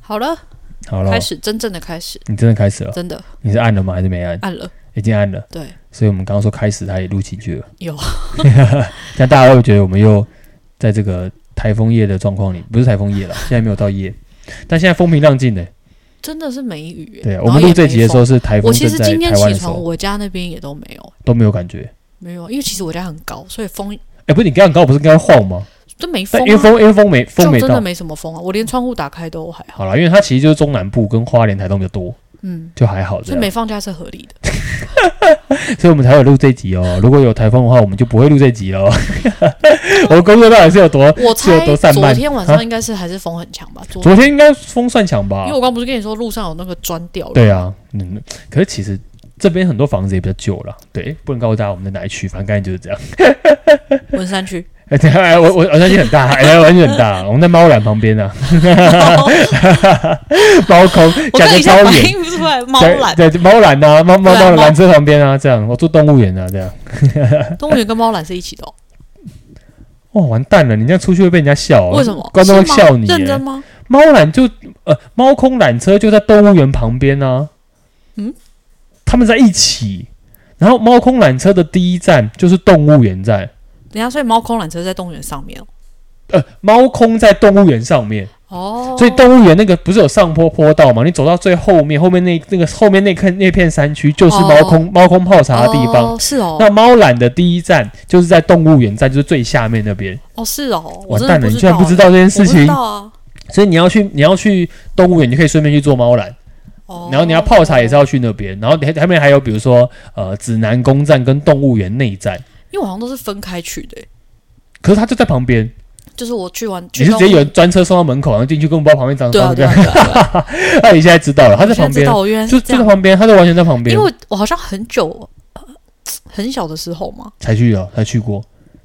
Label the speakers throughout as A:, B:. A: 好了，
B: 好了
A: 开，始真正的开始，
B: 你真的开始了？
A: 真的
B: 你是按了吗？还是没按？
A: 按了，
B: 已经按了，
A: 对，
B: 所以我们刚刚说开始，它也录进去了。
A: 有
B: 这样大家会不会觉得我们又在这个台风夜的状况里，不是台风夜了， 现在没有到夜，但现在风平浪静的。
A: 真的是没雨耶、
B: 对，
A: 然
B: 我
A: 后
B: 们录
A: 也
B: 这
A: 没
B: 集的时
A: 风
B: 候，是台
A: 我
B: 风
A: 其
B: 正
A: 实
B: 在
A: 今天
B: 台湾
A: 起
B: 的时
A: 床，
B: 候
A: 我家那边也都没有，
B: 都没有感觉。
A: 没有，因为其实我家很高，所以风
B: 哎，不是你刚刚高不是应该晃吗？
A: 真没风、
B: 但
A: 啊，
B: 哎因为风因为风没风没
A: 就真的
B: 到。
A: 没什么风啊，我连窗户打开都还好，
B: 好啦，因为它其实就是中南部跟花莲、台东比较多，
A: 嗯，
B: 就还好这
A: 所以
B: 样
A: 没，放假是合 理的。
B: 所以我们才有录这集哦。如果有台风的话，我们就不会录这集了。哦 我们工作到底是有多？
A: 我
B: 是有
A: 猜
B: 多散漫
A: 昨天晚
B: 啊
A: 上应该是还是风很强吧，昨
B: 昨天应该风算强吧
A: 因为？我刚不是跟你说路上有那个砖掉了，
B: 对啊，嗯，可是其实这边很多房子也比较旧了，对，不能告诉大家我们在哪一区，反正概念就是这样。
A: 文山区，
B: 哎，等一下哎，我我我相信很大， 哎，完全很大，我们在猫栏旁边啊， 猫空
A: 我
B: 讲
A: 看
B: 的
A: 一下
B: 超
A: 反
B: 远，
A: 应不出来，猫
B: 对
A: 懒，
B: 对猫栏啊，猫猫
A: 对啊
B: 猫
A: 猫
B: 缆车旁边啊，这样我住动物园啊，这样。
A: 动物园跟猫懒是一起的、哦，
B: 哇，完蛋了！你这样出去会被人家笑、啊，
A: 为什么？
B: 观众会
A: 是吗
B: 笑你耶。
A: 认真吗？
B: 猫缆就呃猫空缆车就在动物园旁边啊。
A: 嗯，
B: 他们在一起。然后猫空缆车的第一站就是动物园站，
A: 等一下，所以猫空缆车在动物园上面哦
B: 呃，猫空在动物园上面，
A: 哦，
B: 所以动物园那个不是有上坡坡道吗？你走到最后面，后面那那个后面那片那片山区就是猫空、猫空泡茶的地方。
A: 哦是哦，
B: 那猫缆的第一站就是在动物园站，就是最下面那边。
A: 哦是哦，我
B: 完
A: 真
B: 蛋了，
A: 的
B: 你
A: 不
B: 居然不知
A: 道
B: 道这
A: 欸，
B: 件
A: 我
B: 事
A: 不知
B: 情，
A: 道啊，
B: 所以你要去你要去动物园，你可以顺便去做猫缆。
A: 哦，
B: 然后你要泡茶也是，要去那边，然后你还后面还有比如说呃指南宫站跟动物园内站，
A: 因为我好像都是分开去的欸，
B: 可是它就在旁边，
A: 就是我去完，
B: 你
A: 去
B: 是
A: 动
B: 直
A: 物
B: 接有人专车送到门口，然后进去根本不知道旁边长
A: 对
B: 什
A: 啊
B: 么
A: 对啊
B: 样。
A: 对啊对啊，
B: 那你现在知道了，他
A: 我
B: 在
A: 现
B: 旁
A: 在知
B: 边
A: 道，，我原来
B: 就是
A: 这
B: 就在
A: 样，
B: 旁边，他就完全在旁边
A: 因为我我好像很久呃很小的时候嘛，
B: 才去的，才去过。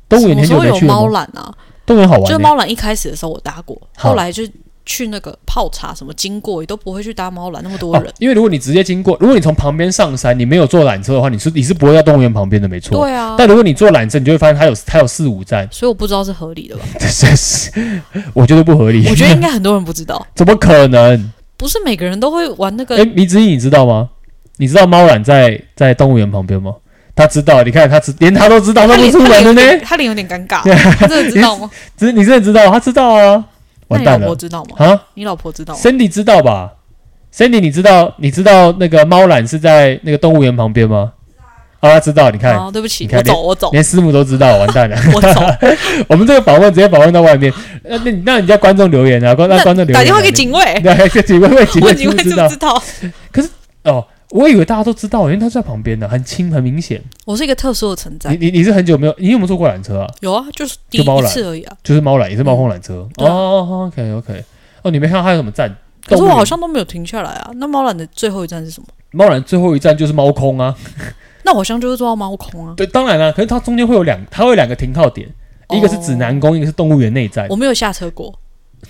B: 动物园
A: 什么时
B: 很久
A: 候
B: 没
A: 有
B: 去了
A: 猫
B: 吗，
A: 缆啊？
B: 动物园好
A: 就是
B: 玩欸，
A: 猫缆一开始的时候我搭过，
B: 好
A: 后来就去那个泡茶什么经过也都不会去搭猫缆，那么多
B: 哦
A: 人。
B: 因为如果你直接经过，如果你从旁边上山，你没有坐缆车的话，你是你是不会到动物园旁边的，没错。
A: 对啊，
B: 但如果你坐缆车，你就会发现它有它有四五站，
A: 所以我不知道是合理的吧？
B: 这是我觉得不合理。
A: 我觉得应该很多人不知道，
B: 怎么可能？
A: 不是每个人都会玩那个
B: 哎、迷之音你知道吗？你知道猫懒在在动物园旁边吗？他知道，你看他知，连他都知道，他
A: 他
B: 不
A: 脸
B: 出门的
A: 他脸有点
B: 呢。
A: 他脸有点尴 尬，他真的知道吗？
B: 只是你真的知道，他知道啊，
A: 那
B: 完
A: 你
B: 蛋
A: 老婆
B: 了
A: 知道吗？
B: 啊
A: 你老婆知道吗？
B: ！Cindy 知道吧？Cindy，你知道你知道那个猫懒是在那个动物园旁边吗？啊，他知道，你看，
A: 啊，对不起
B: 你，看
A: 我走，我走，
B: 连师母都知道，完蛋了。
A: 我走，
B: 我们这个访问直接访问到外面，呃那那那人家观众留言啊，观让观众留言啊、
A: 打电话给警卫，
B: 对，给警卫，问警卫
A: 问
B: 知
A: 警
B: 不
A: 卫
B: 知
A: 知
B: 道
A: 不？知道？
B: 哦，我以为大家都知道，因为他在旁边的，很清，很明显。
A: 我是一个特殊的存
B: 你
A: 在，
B: 你你是很久没有，你有没有坐过缆车啊？
A: 有啊，就是第
B: 就猫
A: 一
B: 缆
A: 次而已啊。
B: 就是猫缆，也是猫空缆车。
A: 对
B: 哦
A: 啊
B: 哦，OK OK。哦，你没看到它有什么站？
A: 可是
B: 动物
A: 我
B: 园
A: 好像都没有停下来啊。那猫缆的最后一站是什么？
B: 猫缆最后一站就是猫空啊。
A: 那我好像就是坐到猫空啊。
B: 对，当然啦、可是它中间会有两，它会有两个停靠点，一个是指南宫，一个是动物园内站。
A: 哦我没有下车过，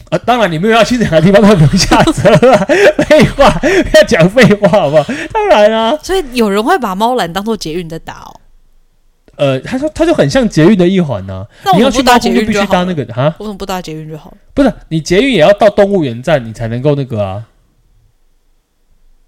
B: 啊，当然你没有要去哪个地方都不用下车啊， 废话，不要讲废话好不好？当然啊，
A: 所以有人会把猫缆当做捷运在打哦。
B: 呃，他说它就很像捷运的一环呐、
A: 那
B: 你
A: 我
B: 要
A: 们不
B: 去
A: 搭
B: 猫
A: 捷
B: 空就
A: 运
B: 必须
A: 就
B: 搭
A: 好
B: 那
A: 了。
B: 个啊，
A: 为什么不搭捷运就好了？
B: 不是你捷运也要到动物园站你才能够那个啊。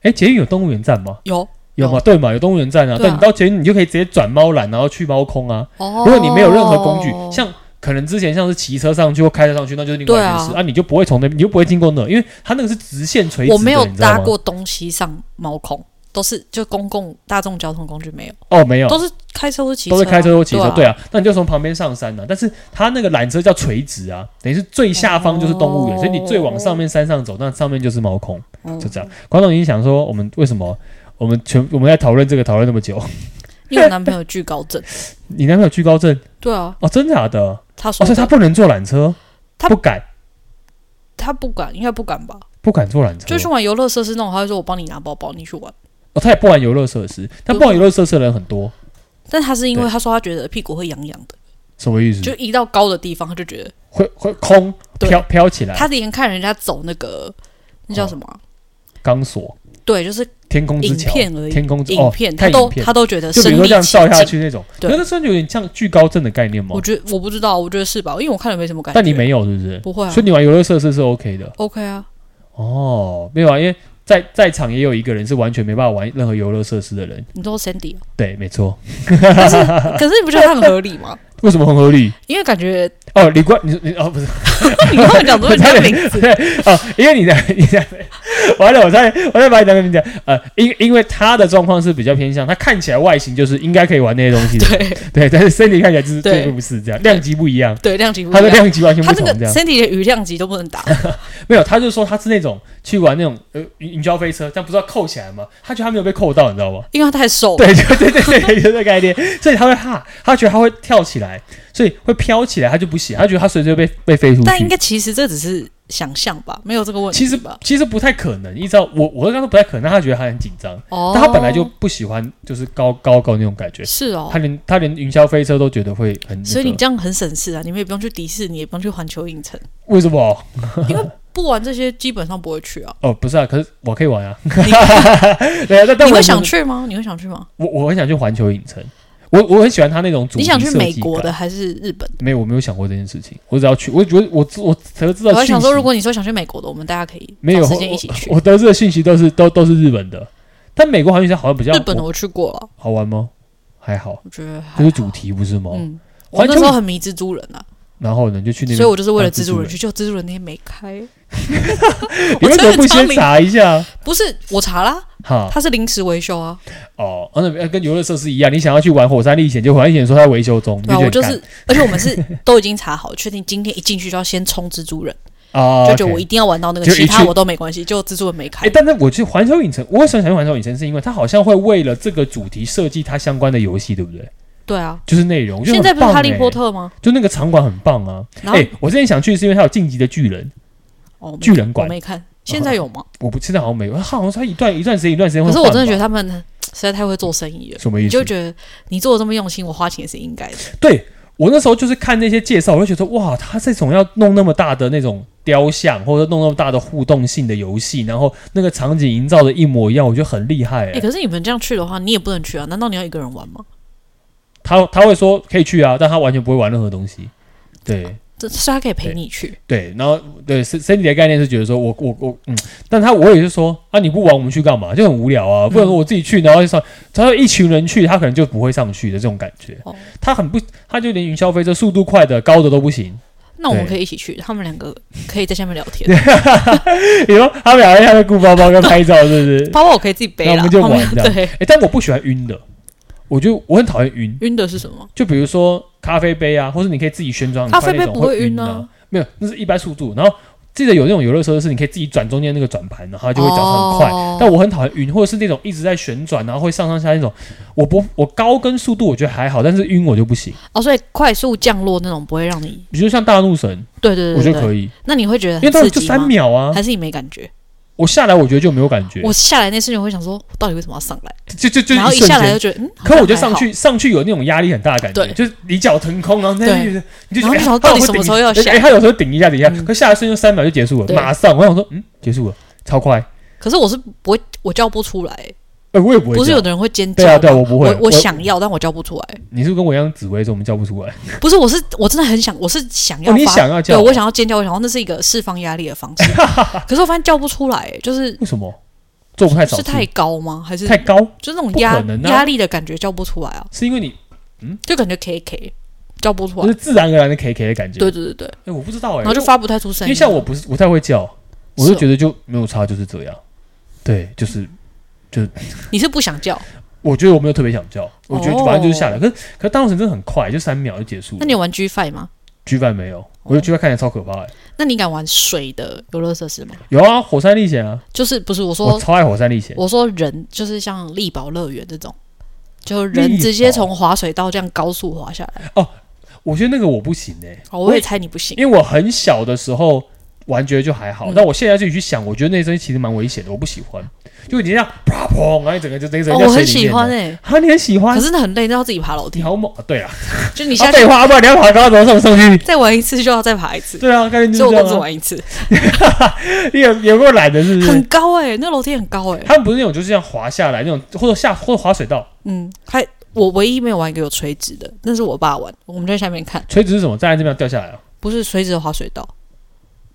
B: 哎，捷运有动物园站吗？
A: 有
B: 有嘛？
A: 有
B: 对嘛？有动物园站啊，
A: 哦对啊
B: 但你到捷运你就可以直接转猫缆，然后去猫空啊。
A: 哦。
B: 如果你没有任何工具，像可能之前像是骑车上去或开车上去，那就是另外一件事
A: 对
B: 啊，你就不会从那，你就不会经过那，因为它那个是直线垂直的，
A: 我没有
B: 你知道
A: 搭
B: 吗
A: 过东西上猫空，都是就公共大众交通工具没有，
B: 哦，没有，
A: 都是开车或骑车啊、
B: 都是开车或骑车，对
A: 啊。
B: 啊，那你就从旁边上山了、啊但是它那个缆车叫垂直啊，等于是最下方就是动物园，
A: 哦
B: 所以你最往上面山上走，那上面就是猫空，
A: 嗯
B: 就这样。观众已经想说，我们为什么我们全我们在讨论这个讨论那么久？
A: 你有男朋友惧高症？
B: 你男朋友惧高症
A: 对啊，
B: 哦，真假的？
A: 他说
B: 哦，所
A: 的、
B: 以他不能坐缆车，
A: 他
B: 不敢
A: 他不敢，应该不敢吧？
B: 不敢坐缆车，
A: 就去玩游乐设施那种，他会说我帮你拿包包，你去玩。
B: 哦，他也不玩游乐设施，他不玩游乐设施的人很多，
A: 但他是因为
B: 对嗯
A: 他说他觉得屁股会痒痒的，
B: 什么意思？
A: 就一到高的地方他就觉得，
B: 会会空
A: 对
B: 飘飘起来，
A: 他连看人家走那个那叫什么啊、
B: 钢索
A: 对，就是
B: 天空之
A: 影
B: 桥，
A: 片而已，
B: 天空之
A: 影
B: 哦，
A: 片、他
B: 看
A: 都
B: 影片
A: 他，都觉得
B: 就比
A: 身
B: 如说
A: 临
B: 这样
A: 其
B: 照下
A: 境。
B: 去那种，
A: 对
B: 那那算有点像惧高症的概念吗
A: 我？觉得我不知道，我觉得是吧？因为我看了没什么感觉。
B: 但你没有是不是？
A: 不会啊
B: 所以你玩游乐设施是 OK 的
A: ？OK 啊，
B: 哦，没有啊，因为在在场也有一个人是完全没办法玩任何游乐设施的人。
A: 你都 Sandy，哦
B: 对，没错。
A: 但是可是你不觉得他很合理吗？
B: 为什么很合理？
A: 因为感觉
B: 哦，李冠，你你哦不是
A: 你跟我讲出人家名字，
B: 对哦，因为你的你的完了，我再我再把你两个名字讲呃，因因为他的状况是比较偏向，他看起来外形就是应该可以玩那些东西的，
A: 对
B: 对，但是身体看起来就是
A: 对
B: 最不是这样，量级不一样，
A: 对，量级不
B: 他
A: 一
B: 的
A: 样。
B: 量级完全
A: 他
B: 不
A: 这
B: 同
A: 个
B: 这样。
A: Sandy 连雨量级都不能打，
B: 没有，他就说他是那种去玩那种呃云霄飞车，但不知道扣起来吗？他觉得他没有被扣到，你知道吗？
A: 因为他太瘦了。
B: 对，就对对对对，就这个概念。所以他会怕，他觉得他会跳起来，所以会飘起来，他就不行，他觉得他随时会被被飞出去。
A: 但应该其实这只是想象吧，没有这个问题。
B: 其实
A: 吧，
B: 其实不太可能，依照我我刚刚不太可能，他觉得他很紧张，
A: 哦，
B: 但他本来就不喜欢就是高高高那种感觉，
A: 是哦
B: 他，连他连云霄飞车都觉得会很、那个
A: 所以你这样很省事啊，你们也不用去迪士尼，也不用去环球影城，
B: 为什么？
A: 不玩这些基本上不会去啊。
B: 哦，不是啊，可是我可以玩啊， 对啊，但但
A: 你
B: 我
A: 会想，去吗？你会想去吗？
B: 我我很想去环球影城，我我很喜欢他那种主
A: 你
B: 题
A: 想去
B: 设
A: 美
B: 计
A: 国
B: 感
A: 的还是日本？
B: 没有，我没有想过这件事情。我只要去，我觉得我知我得知
A: 我
B: 的
A: 还
B: 讯息，
A: 想说，如果你说想去美国的，我们大家可以
B: 没有
A: 找时间一起去
B: 我。。我得知的讯息都是都都是日本的，但美国环球影城好像比较
A: 日本的我去过了，
B: 好玩吗？还好，
A: 我觉得还
B: 就
A: 好
B: 是主题不是吗？
A: 嗯，我
B: 环
A: 那
B: 球
A: 时候很迷蜘蛛人啊，
B: 然后呢，你就去那边，
A: 所以我就是为了
B: 当
A: 啊蜘
B: 蜘
A: 蛛
B: 蛛
A: 人
B: 人
A: 去，就蜘蛛人那天没开，
B: 你
A: 我
B: 为什
A: 真
B: 么
A: 的
B: 不
A: 超
B: 先
A: 临，
B: 查一下？
A: 不是我查啦，
B: 哈，
A: 它是临时维修啊，
B: 哦，啊那跟游乐设施一样，你想要去玩火山历险，就火山历险说它维修中，你
A: 对啊，
B: 觉
A: 我
B: 得
A: 就
B: 很
A: 是，而且我们是 都已经查好，确定今天一进去就要先冲蜘蛛人，
B: 干啊，
A: 哦就觉得
B: OK
A: 我一定要玩到那个，
B: 就一
A: 其他
B: 去
A: 我都没关系，就蜘蛛人没开
B: 哎、。但是我去环球影城，我为什么想去环球影城？是因为它好像会为了这个主题设计它相关的游戏，对不对？
A: 对啊，
B: 就是内容。就
A: 现
B: 很
A: 在不是
B: 棒
A: 哈利
B: 欸
A: 波特吗？
B: 就那个场馆很棒啊！
A: 然
B: 哎、
A: 后
B: 我之前想去是因为它有《晋级的巨人》，
A: 哦，我没
B: 巨人
A: 我
B: 馆，
A: 没看，现在有吗？
B: 我不现在好像没有，它好像是它一段一段时间一段时间会
A: 可
B: 换
A: 是
B: 吧。
A: 我真的觉得他们实在太会做生意了，
B: 什么
A: 你
B: 意
A: 就
B: 思？
A: 觉得你做的这么用心，我花钱也是应该的。
B: 对我那时候就是看那些介绍，我就觉得哇，它这种要弄那么大的那种雕像，或者弄那么大的互动性的游戏，然后那个场景营造的一模一样，我觉得很厉害、
A: 哎、
B: 欸。
A: 可是你们这样去的话，你也不能去啊？难道你要一个人玩吗？
B: 他他会说可以去啊，但他完全不会玩任何东西。对
A: 这是他可以陪你去，
B: 对，然后对身身体的概念是觉得说我我我嗯，但他我也是说啊，你不玩我们去干嘛？就很无聊啊，不能说我自己去，然后就上，啊他说一群人去，他可能就不会上去的这种感觉。
A: 哦
B: 他很不，他就连云霄飞车速度快的高的都不行。
A: 那我们
B: 对
A: 可以一起去，他们两个可以在下面聊天。
B: 你说他们两个在那顾包包跟拍照，是不是？
A: 包包我可以自己背
B: 那
A: 啦，
B: 我们就
A: 旁边
B: 玩这样
A: 对，
B: 哎、但我不喜欢晕的，我就我很讨厌晕。
A: 晕的是什么？
B: 就比如说咖啡杯啊，或者你可以自己旋转很
A: 咖
B: 快
A: 啡
B: 那
A: 杯
B: 种，
A: 不会
B: 晕
A: 晕啊，
B: 没有，那是一般速度。然后记得有那种游乐设施，你可以自己转中间那个转盘，然后它就会转得很快。
A: 哦
B: 但我很讨厌晕，或者是那种一直在旋转，然后会上上下下那种。我不，我高跟速度我觉得还好，但是晕我就不行。
A: 哦，所以快速降落那种不会让你，
B: 比如像大怒神，
A: 对对对，
B: 我觉得
A: 对
B: 可以，
A: 那你会觉得
B: 因为
A: 很
B: 它
A: 刺
B: 就
A: 激
B: 三
A: 吗？
B: 秒啊。
A: 还是你没感觉？
B: 我下来我觉得就没有感觉，
A: 我下来那瞬间我会想说，我到底为什么要上来？
B: 就就就
A: 然后
B: 一
A: 一
B: 瞬
A: 下来就
B: 间。
A: 觉得，嗯，好
B: 可
A: 像
B: 我就
A: 还
B: 上
A: 好，
B: 去上去有那种压力很大的感觉，
A: 对
B: 就是你脚腾空，然后那
A: 对
B: 你就
A: 然后
B: 觉得哎
A: 想
B: 他
A: 到底
B: 会
A: 什么
B: 顶
A: 时候要
B: 哎
A: 下
B: 哎他有时候顶一下顶一下，
A: 嗯
B: 可下来瞬间三秒就结束了，
A: 对
B: 马上我想说嗯结束了，超快，
A: 可是我是不会，我叫不出来、
B: 哎我也不会
A: 不是
B: 这样
A: 有的人会尖叫
B: 对啊
A: 吗，
B: 对啊，我不会，
A: 我我想要，但我叫不出来。
B: 你是不是跟我一样紫薇，所以我们叫不出来。
A: 不是，我是我真的很想，我是想要
B: 哦，
A: 发，
B: 你想要
A: 对
B: 叫？
A: 我想要尖叫，我想要那是一个释放压力的方 式。可是我发现叫不出来，欸就是
B: 为什么做不太少
A: 是
B: 次？
A: 太高吗？还是
B: 太高，
A: 就那种压
B: 不可能啊
A: 压力的感觉叫不出来啊？
B: 是因为你
A: 就感觉 K K 叫不出来
B: 就是。自然而然的 K K 的感觉。
A: 对，对对对，
B: 哎，我不知道哎，
A: 然后就
B: 因为
A: 发不太出声
B: 因
A: 音。
B: 为像我不是不太会叫，我
A: 是
B: 就
A: 哦
B: 觉得就没有差，就是这样。对，就是
A: 你是不想叫，
B: 我觉得我没有特别想叫，我觉
A: 哦
B: 得反正就是下来。可是可是大陆神真的很快，就三秒就结束了。
A: 那你有玩哦 G Five 吗？
B: G 饭没有？我觉得 G 饭看起来超可怕哎。
A: 那你敢玩水的游乐设施吗？
B: 有啊，火山历险啊，
A: 就是不是我说
B: 我超爱火山历险。
A: 我说人就是像力宝乐园这种，就
B: 力
A: 人
B: 宝
A: 直接从滑水道这样高速滑下来。
B: 我觉得那个我不行哎，
A: 哦，我也
B: 也
A: 猜你不行。
B: 因为我很小的时候玩，觉得就还好。
A: 嗯
B: 但我现在自己去想，我觉得那声音其实蛮危险的，我不喜欢。就你这样啪砰，然后一整个就那个
A: 哦，
B: 人
A: 我
B: 在水
A: 很
B: 里
A: 喜
B: 面
A: 欢
B: 的。
A: 哎、
B: 啊，你很喜欢
A: 可？是那很累，那要自己爬楼
B: 你
A: 梯。
B: 好猛！啊！对啊，
A: 就你下
B: 啊
A: 去
B: 废话，不然你要爬高怎么上上去？
A: 再玩一次就要再爬一次，
B: 对啊，概念就
A: 所以
B: 是
A: 我
B: 这
A: 都只
B: 样啊。
A: 玩一次。
B: 你有有够懒的，是不
A: 很
B: 是？
A: 高哎、那楼梯很高哎、
B: 他们不是那种就是这样滑下来那种，或者下或者滑水道。
A: 嗯，还我唯一没有玩一个有垂直的，那是我爸玩，我们就在下面看，
B: 垂直是什么？站在这边要掉下来啊？
A: 不是垂直的滑水道，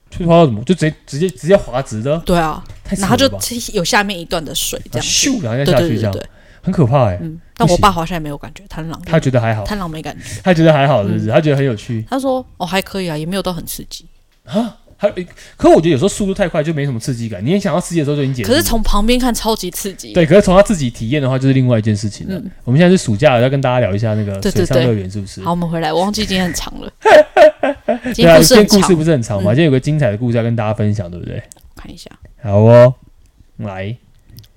B: 去滑到什么，就直接直接直接滑直的，
A: 对啊，
B: 太扯
A: 然后
B: 了
A: 就
B: 吧！
A: 有下面一段的水这样
B: 然后
A: 子，
B: 咻，然后再
A: 对
B: 下
A: 对
B: 去这
A: 对
B: 样，
A: 对，
B: 很可怕哎、
A: 嗯，但
B: 不
A: 我
B: 行
A: 爸滑下来没有感觉，贪狼
B: 他觉得还好，
A: 贪狼没感觉，
B: 他觉得还好，是
A: 嗯
B: 不是？他觉得很有趣
A: 他说哦还可以啊，也没有到很刺激，
B: 啊。还可我觉得有时候速度太快就没什么刺激感，你也想要刺激的时候就已经结束
A: 可
B: 了。
A: 是从旁边看超级刺激，
B: 对，可是从他自己体验的话，就是另外一件事情了。
A: 嗯
B: 我们现在是暑假了，要跟大家聊一下那个
A: 对
B: 水
A: 对
B: 上
A: 对
B: 乐园，是不是？
A: 好，我们回来，我忘记今天很长 了，今
B: 对
A: 天
B: 啊，
A: 故
B: 今
A: 事很
B: 天故事
A: 长，
B: 不是很长嘛？
A: 嗯
B: 今天有个精彩的故事要跟大家分享，对不对？
A: 看一下，
B: 好哦，来，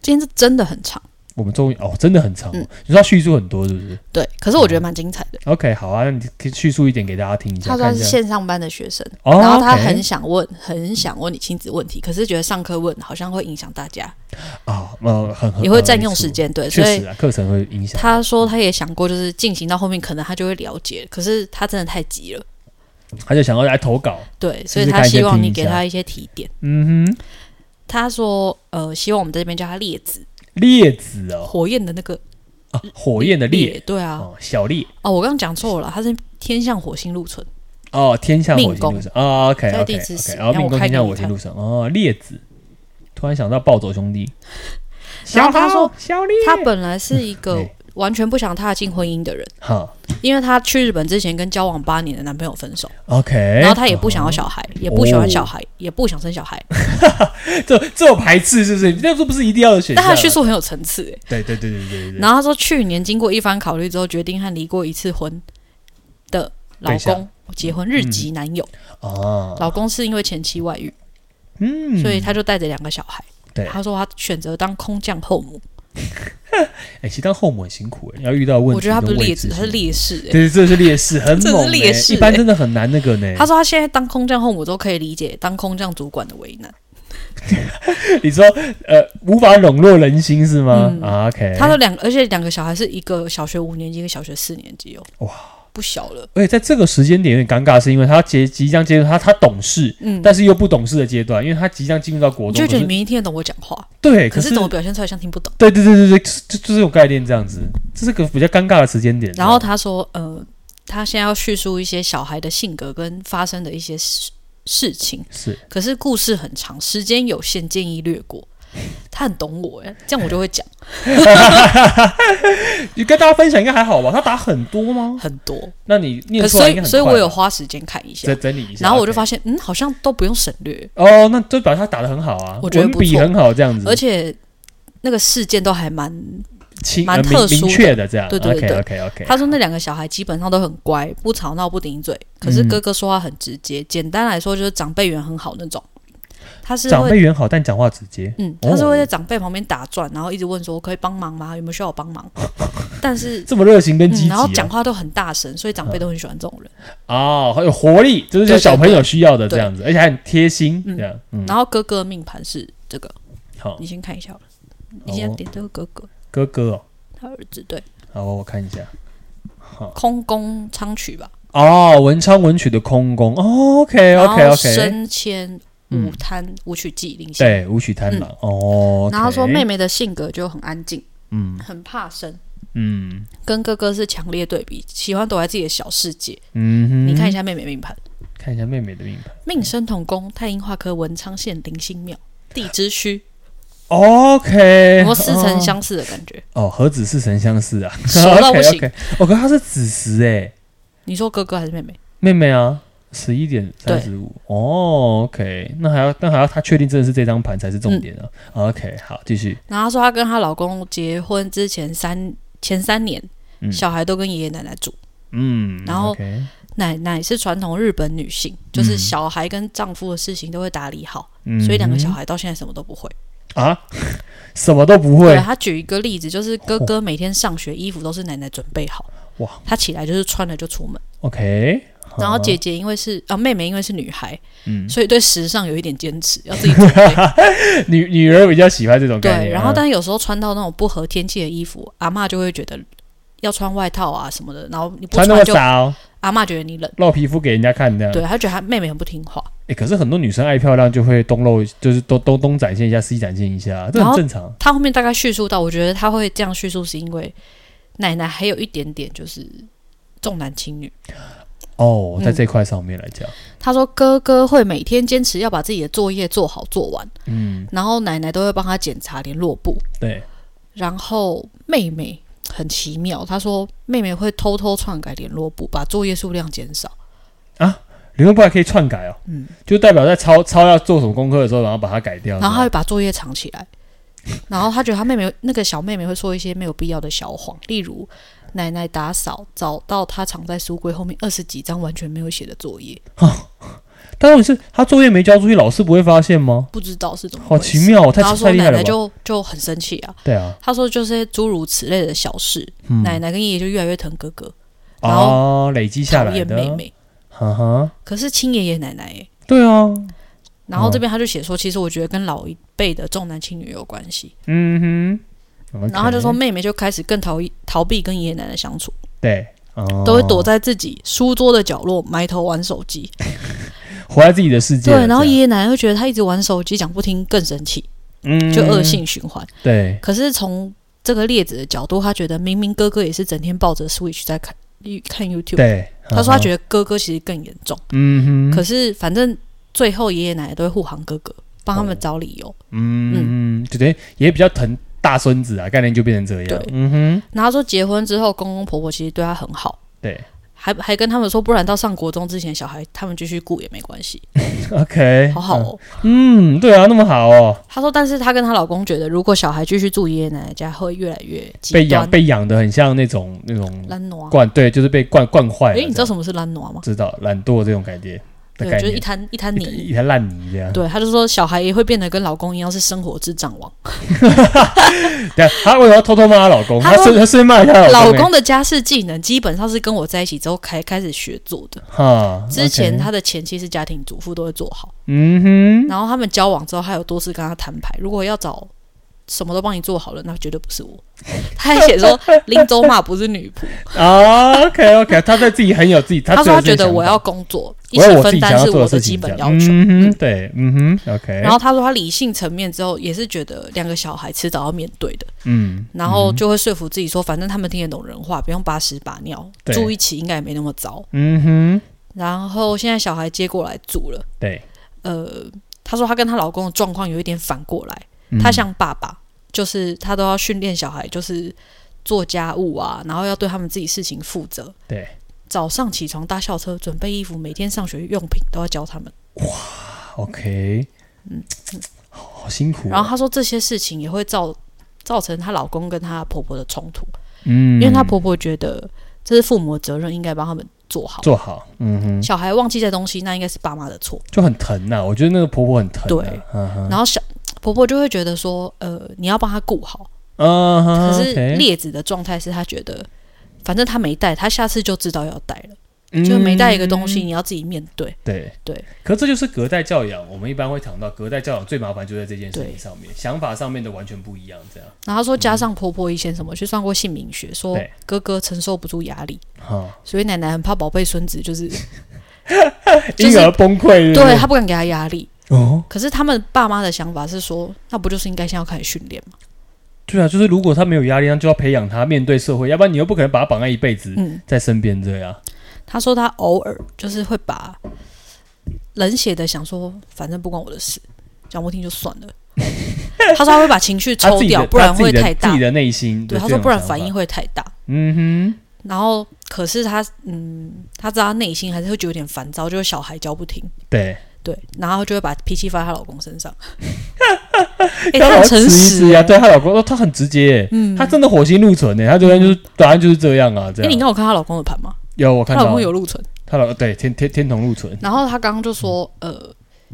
A: 今天是真的很长，
B: 我们终于哦，真的很长、哦，
A: 嗯
B: 你说它叙述很多，是不是
A: 对，可是我觉得蛮精彩的。
B: ？OK，好啊，那你可以叙述一点给大家听一下，
A: 他说他
B: 看一
A: 是
B: 下。
A: 线上班的学生，
B: 哦
A: 然后他
B: OK
A: 很想问，很想问你亲子问题，可是觉得上课问好像会影响大家，
B: 啊，呃，很很
A: 也会占用时，间，对，
B: 很
A: 所
B: 确实
A: 以
B: 啊，课程会影响。
A: 他说他也想过，就是进行到后面可能他就会了解，可是他真的太急了，
B: 他就想要来投稿，
A: 对，所以
B: 试试
A: 他
B: 看先
A: 希望
B: 听
A: 你
B: 一
A: 给
B: 下
A: 他一些提点。
B: 嗯哼，
A: 他说呃，希望我们在这边叫他列子，
B: 烈子哦，
A: 火焰的那个
B: 啊，
A: 嗯
B: 火焰的
A: 烈，
B: 烈
A: 对啊，
B: 哦，小烈
A: 哦，我刚刚讲错了，他是天象火星路村，
B: 哦，天象火
A: 命
B: 星
A: 宫
B: 路上啊，OK
A: 在
B: OK
A: 地之时
B: OK，然后
A: 让
B: 命
A: 我
B: 宫
A: 开
B: 天
A: 给
B: 象
A: 你
B: 火星
A: 看
B: 路上哦，烈子，突然想到暴走兄弟，
A: 然
B: 小
A: 后他
B: 豪
A: 说
B: 小烈，
A: 他本来是一 个
B: 哎
A: 完全不想踏进婚姻的人，
B: 哈
A: 因为他去日本之前跟交往八年的男朋友分手。
B: OK，
A: 然后他也不想要小孩，也不喜欢小孩，也不想生小孩。
B: 哦这这种排斥是不是？那时候不是一定要的选
A: 但
B: 项
A: 他
B: 啊。
A: 的叙述很有层次欸。
B: 对，对对对对对对。
A: 然后他说，去年经过一番考虑之后，决定和离过一次婚的老
B: 对象
A: 公结婚，日籍男友。
B: 哦，
A: 老公是因为前妻外遇，
B: 嗯，
A: 所以他就带着两个小孩。
B: 对
A: 他说他选择当空降后母。
B: 哎，其实当后母很辛苦哎，要遇到问题，
A: 我觉得他不是劣质，他是
B: 劣，
A: 劣势欸。
B: 对，这是劣势，很
A: 这是
B: 猛哎，
A: 劣势欸
B: 一般真的很难那个呢。
A: 他说他现在当空降后母都可以理解当空降主管的为难。
B: 你说呃，无法笼络人心是吗
A: 嗯
B: 啊？OK，
A: 他说两，而且两个小孩是一个小学五年级，一个小学四年级哦。
B: 哇，
A: 不小了。
B: 而且在这个时间点有点尴尬，是因为他即即将进入他他懂事，
A: 嗯，
B: 但是又不懂事的阶段，因为他即将进入到国
A: 你
B: 中，
A: 就觉
B: 可
A: 得你
B: 是
A: 明明听得懂我讲话，
B: 对，
A: 可
B: 可
A: 是怎么表现出来像听不懂？
B: 对对对对对，就是就就这种概念这样子，这是个比较尴尬的时间点。
A: 然后他说，呃，他现在要叙述一些小孩的性格跟发生的一些事事情，
B: 是
A: 可是故事很长，时间有限，建议略过。他很懂我哎，这样我就会讲
B: 你跟大家分享应该还好吧？他打很多吗？
A: 很多，
B: 那你 念
A: 可
B: 出
A: 呃所
B: 来应该
A: 以
B: 很
A: 所以
B: 快
A: 我有
B: 吧
A: 花时间看一下
B: 整，整理一下，
A: 然后我就
B: OK
A: 发现，嗯，好像都不用省略，
B: 哦，那就表示他打的很好啊，
A: 我觉得
B: 文
A: 不
B: 笔
A: 错
B: 很好这样子，
A: 而且那个事件都还蛮……
B: 清
A: 蛮
B: 呃
A: 特
B: 明
A: 殊的
B: 明确的这样。
A: 对对对
B: OK OK OK，
A: 他说那两个小孩基本上都很乖，不吵闹，不顶嘴，可是
B: 嗯
A: 哥哥说话很直接，简单来说就是长辈缘很好那种。他是
B: 长
A: 会
B: 辈缘好，但讲话直接。
A: 嗯，
B: 哦
A: 他是会在长辈旁边打转，然后一直问说：“我可以帮忙吗？有没有需要我帮 忙？”但是，
B: 这么热情跟积
A: 嗯，
B: 极、
A: 然
B: 啊
A: 后讲话都很大声，所以长辈都很喜欢这种人。
B: 哦，很有活力，这就是
A: 对对
B: 小朋友需要的这
A: 对
B: 样子，而且还很贴心
A: 嗯
B: 这样。嗯，
A: 然后哥哥的命盘是这个，
B: 好
A: 你，先看一下好了，你
B: 好
A: 先
B: 哦
A: 点这个哥哥，
B: 哥哥哦，
A: 他儿子对
B: 好哦，我看一下。好
A: 空宫昌曲吧
B: 哦，文昌文曲的空宫哦，OK
A: 然
B: OK
A: 后
B: OK，
A: 升迁
B: 嗯
A: 武贪武曲记令星。
B: 对，武曲贪狼、哦。
A: 嗯然后说妹
B: 妹，
A: 妹的性格就很安静，
B: 嗯
A: 很怕生，
B: 嗯
A: 跟哥哥是强烈对比，喜欢躲在自己的小世界。
B: 嗯哼，
A: 你看一
B: 下，
A: 下妹妹命盘，
B: 看一下妹妹的命盘。
A: 命生同宫，太阴化科文昌县灵星庙地之虚。
B: OK，
A: 然后似曾
B: 哦
A: 相似的感觉。
B: 哦，何止似曾相识啊？
A: 熟到不行
B: OK，OK 哦，可是他是子时哎，
A: 你说哥哥还是妹妹？
B: 妹妹啊，十一点
A: 对
B: 三十五。哦，OK，那还要那还要他确定真的是这张盘才是重
A: 嗯
B: 点啊。OK，好，继续。
A: 然后她说她跟她老公结婚之前三前三年，
B: 嗯
A: 小孩都跟爷爷奶奶住，
B: 嗯，
A: 然后
B: OK，
A: 奶奶是传统日本女性，就是
B: 嗯
A: 小孩跟丈夫的事情都会打理好，
B: 嗯
A: 所以两个小孩到现在什么都不会。
B: 啊，什么都不会
A: 对，啊她举一个例子，就是哥哥每天上学衣服都是奶奶准备好，
B: 哇，
A: 她起来就是穿了就出门。
B: ，OK 好。
A: 然后姐姐因为是啊妹妹因为是女孩，
B: 嗯，
A: 所以对时尚有一点坚持，要自己准 备。
B: 女女儿比较喜欢这种概
A: 对，
B: 念。
A: 然后
B: 嗯
A: 但有时候穿到那种不合天气的衣服，阿嬷就会觉得嗯要穿外套啊什么的，然后你不
B: 穿那么嗯
A: 就
B: 少，
A: 阿嬷觉得你冷，
B: 露皮肤给人家看这样。
A: 对，她觉得她妹妹很不听话。
B: 哎，可是很多女生爱漂亮就会东露，就是东东东展现一下，西展现一下，这
A: 然
B: 很
A: 后
B: 正常。
A: 她后面大概叙述到，我觉得她会这样叙述是因为奶奶还有一点点就是重男轻女，
B: 哦，在这块上面来讲，
A: 他说哥哥会每天坚持要把自己的作业做好做完，
B: 嗯，
A: 然后奶奶都会帮他检查联络簿。
B: 对，
A: 然后妹妹很奇妙，她说妹妹会偷偷篡改联络簿，把作业数量减少。
B: 联络簿还可以篡改哦，
A: 嗯，
B: 就代表在抄抄要做什么功课的时候，然后把它改掉，
A: 然后她
B: 这
A: 会
B: 样
A: 把作业藏起来。然后她觉得她妹妹那个小妹妹会说一些没有必要的小谎，例如奶奶打扫找到她藏在书柜后面二十几张完全没有写的作业，
B: 但问题是他作业没交出去，老师不会发现吗？
A: 不知道是怎么
B: 好
A: 回
B: 奇
A: 事。
B: 妙哦，太
A: 嗯然后
B: 太
A: 说
B: 厉
A: 奶
B: 害了
A: 奶
B: 吧？
A: 就就很生气啊，
B: 对啊，
A: 她说就是诸如此类的小事，
B: 嗯，
A: 奶奶跟爷爷就越来越疼哥哥，然后
B: 哦，累积下
A: 讨
B: 来
A: 厌
B: 的，
A: 妹妹。
B: 哈哈，
A: 可是亲爷爷奶奶、欸，
B: 对啊，
A: 然后
B: 嗯
A: 这边他就写说，其实我觉得跟老一辈的重男轻女有关系。
B: 嗯哼，
A: 然后他就说，
B: OK，
A: 妹妹就开始更逃避逃避跟爷爷奶奶相处，
B: 对，哦
A: 都会躲在自己书桌的角落埋头玩手机。
B: 哎活在自己的世界了，
A: 对，然后
B: 这样
A: 爷爷奶奶会觉得他一直玩手机讲不听更生气，
B: 嗯
A: 就恶，性循环。
B: 对，
A: 可是从这个列子的角度，他觉得明明哥哥也是整天抱着 Switch 在看看 YouTube，
B: 对，嗯
A: 他说他觉
B: 得，
A: 得哥哥其实更严重。
B: 嗯哼，
A: 可是反正最后爷爷奶奶都会护航哥哥，帮他们找理
B: 哦
A: 由。
B: 嗯嗯，就等于也比较疼大孙子啊，概念就变成这样
A: 对，
B: 嗯哼，
A: 然后他说结婚之后，公公婆婆其实对他很好。
B: 对
A: 还还跟他们说，不然到上国中之前，小孩他们继续顾也没关系，
B: ，OK，
A: 好好哦。
B: 嗯，对啊，那么好哦，
A: 她说，但是她跟她老公觉得，如果小孩继续住爷爷奶奶家，会越来越极
B: 被
A: 端
B: 养被养的很像那种那种
A: 懒惰。
B: 惯，对，就是被惯惯坏了
A: 哎、
B: 这样，
A: 你知道什么是懒惰吗？
B: 知道懒惰这种感觉的
A: 对，
B: 概
A: 就是一
B: 念，
A: 滩一滩
B: 一
A: 泥。
B: 一滩烂泥这样。
A: 对，她就说小孩也会变得跟老公一样是生活智障
B: 哦
A: 王，
B: 对，她为什么要偷偷骂她老公？
A: 她
B: 她
A: 说
B: 顺她顺便骂一下她
A: 老
B: 老欸
A: 公的家事技能基本上是跟我在一起之后开开始学做的。
B: 欸哈，
A: 之前
B: OK
A: 她的前妻是家庭主妇，都会做好。
B: 嗯哼，
A: 然后他们交往之后，还有多次跟他摊牌，如果要找什么都帮你做好了，那绝对不是我。 他还写 说林走马不是女仆，
B: 啊，OK OK，她对自己很有自己，她
A: 他说他
B: 自己
A: 觉得
B: 有自己想
A: 我
B: 法
A: 要工作，一
B: 我有
A: 起
B: 我自
A: 分
B: 己想
A: 担
B: 要
A: 是
B: 做
A: 我
B: 的事
A: 基
B: 情，
A: 本
B: 这
A: 要
B: 样
A: 求。
B: 嗯哼，对，嗯哼，OK。
A: 然后他说他理性层面之后也是觉得两个小孩迟早要面对的，
B: 嗯，
A: 然后就会说服自己说，反正他们听得懂人话，不用把屎把尿，
B: 对
A: 住一起应该也没那么糟。
B: 嗯哼，
A: 然后现在小孩接过来住了，
B: 对，
A: 呃，她说她跟她老公的状况有一点反过来，
B: 嗯
A: 她像爸爸，就是她都要训练小孩，就是做家务啊，然后要对他们自己事情负责。
B: 对，
A: 早上起床搭校车，准备衣服，每天上学用品都要教他们。
B: OK，好好辛苦哦。
A: 嗯然后她说这些事情也会造造成她老公跟她婆婆的冲突，
B: 嗯，
A: 因为她婆婆觉得这是父母的责任，应该帮他们做好。
B: 做好，嗯哼，
A: 小孩忘记这东西，那应该是爸妈的错。
B: 就很疼呐。我觉得那个婆婆很疼啊。
A: 对
B: 嗯哼，
A: 然后小婆婆就会觉得说，呃，你要帮她顾好，
B: 嗯哼，
A: 可是
B: OK
A: 列子的状态是他觉得，反正他没带，他下次就知道要带了。就是没带一个东西，
B: 嗯
A: 你要自己面对。
B: 对
A: 对。
B: 可这就是隔代教养，我们一般会谈到隔代教养最麻烦就在这件事情
A: 对
B: 上面，想法上面的完全不一样，这样。
A: 然后他说，加上婆婆以前什么去算过姓名学，说
B: 嗯对
A: 哥哥承受不住压力，
B: 哈，
A: 所以奶奶很怕宝贝孙子，就是就是
B: 婴儿崩溃。
A: 对她不敢给他压力。
B: 哦，
A: 可是他们爸妈的想法是说，那不就是应该先要开始训练吗？
B: 对啊，就是如果他没有压力，那就要培养他面对社会，要不然你又不可能把他绑在一辈子
A: 嗯，
B: 在身边这样。
A: 他说他偶尔就是会把冷血的想说，反正不关我的事，讲不听就算了。 他说他会把情绪
B: 他
A: 抽
B: 自己
A: 掉，
B: 的
A: 不然
B: 他自
A: 会
B: 己的
A: 太
B: 自
A: 大
B: 己。的内心的
A: 对，
B: 这
A: 他
B: 种想
A: 说
B: 法。
A: 不然反应会太大。
B: 嗯
A: 然后，可是他，嗯，他知道他内心还是会觉得有点烦躁，就是小孩教不听，
B: 哼，对，
A: 对，然后就会把脾气发她老公身上。哎、
B: 她
A: 她很
B: 老公
A: 诚
B: 迟
A: 实哎
B: 疑啊，对她老公，哦她很直接，
A: 嗯，
B: 她真的火星入唇呢，她昨天就是答案就是这样啊，这
A: 哎、你
B: 样。
A: 刚有看她老公的盘吗？
B: 有我
A: 她
B: 看到
A: 老公有入存，
B: 她老对天天天童入唇，
A: 然后她刚刚就说，呃，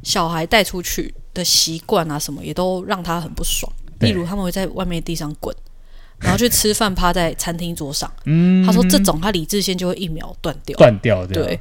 A: 小孩带出去的习惯啊，什么也都让她很不爽，
B: 对
A: 例如他们会在外面地上滚。然后去吃饭，趴在餐厅桌上。
B: 嗯，
A: 她说这种，她理智线就会一秒断掉。
B: 断掉这样
A: 对，，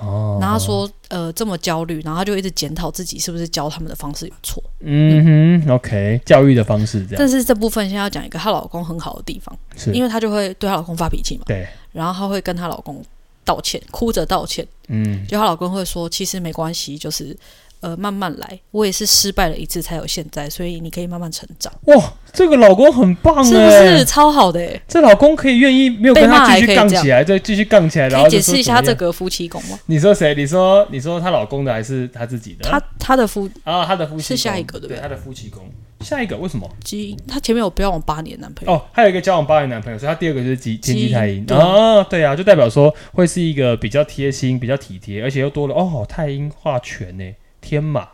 B: 哦，
A: 然后她说，呃，这么焦虑，然后她就一直检讨自己是不是教他们的方式有错。
B: 嗯哼，OK，教育的方式这样，
A: 但是这部分先要讲一个她老公很好的地方，
B: 是
A: 因为她就会对她老公发脾气嘛，
B: 对，
A: 然后她会跟她老公道歉，哭着道歉，
B: 嗯
A: 就她老公会说其实没关系，就是呃慢慢来，我也是失败了一次才有现在，所以你可以慢慢成长，
B: 哇，这个老公很棒
A: 是不
B: 哎、
A: 是超好的、欸？
B: 这老公可以愿意没有跟
A: 被骂
B: 他
A: 还可
B: 继续
A: 以
B: 杠
A: 这样
B: 起来，对，继续杠起来，然
A: 可
B: 后
A: 以
B: 就
A: 解
B: 说
A: 释一
B: 怎
A: 下
B: 么
A: 这
B: 样。
A: 个夫妻宫吗？
B: 你说谁？你说你说她老公的还是她自己的？
A: 他他的夫
B: 啊，她的夫妻
A: 是下
B: 宫
A: 一个对不
B: 对？
A: 对
B: 她的夫妻宫下一个为什么？
A: 妻，他前面有交往八年男朋友，
B: 哦，还有一个交往八年男朋友，所以她第二个就是吉
A: 基
B: 天机太阴
A: 对
B: 啊，对啊，就代表说会是一个比较贴心、比较体贴，而且又多了哦，太阴化权呢，天马。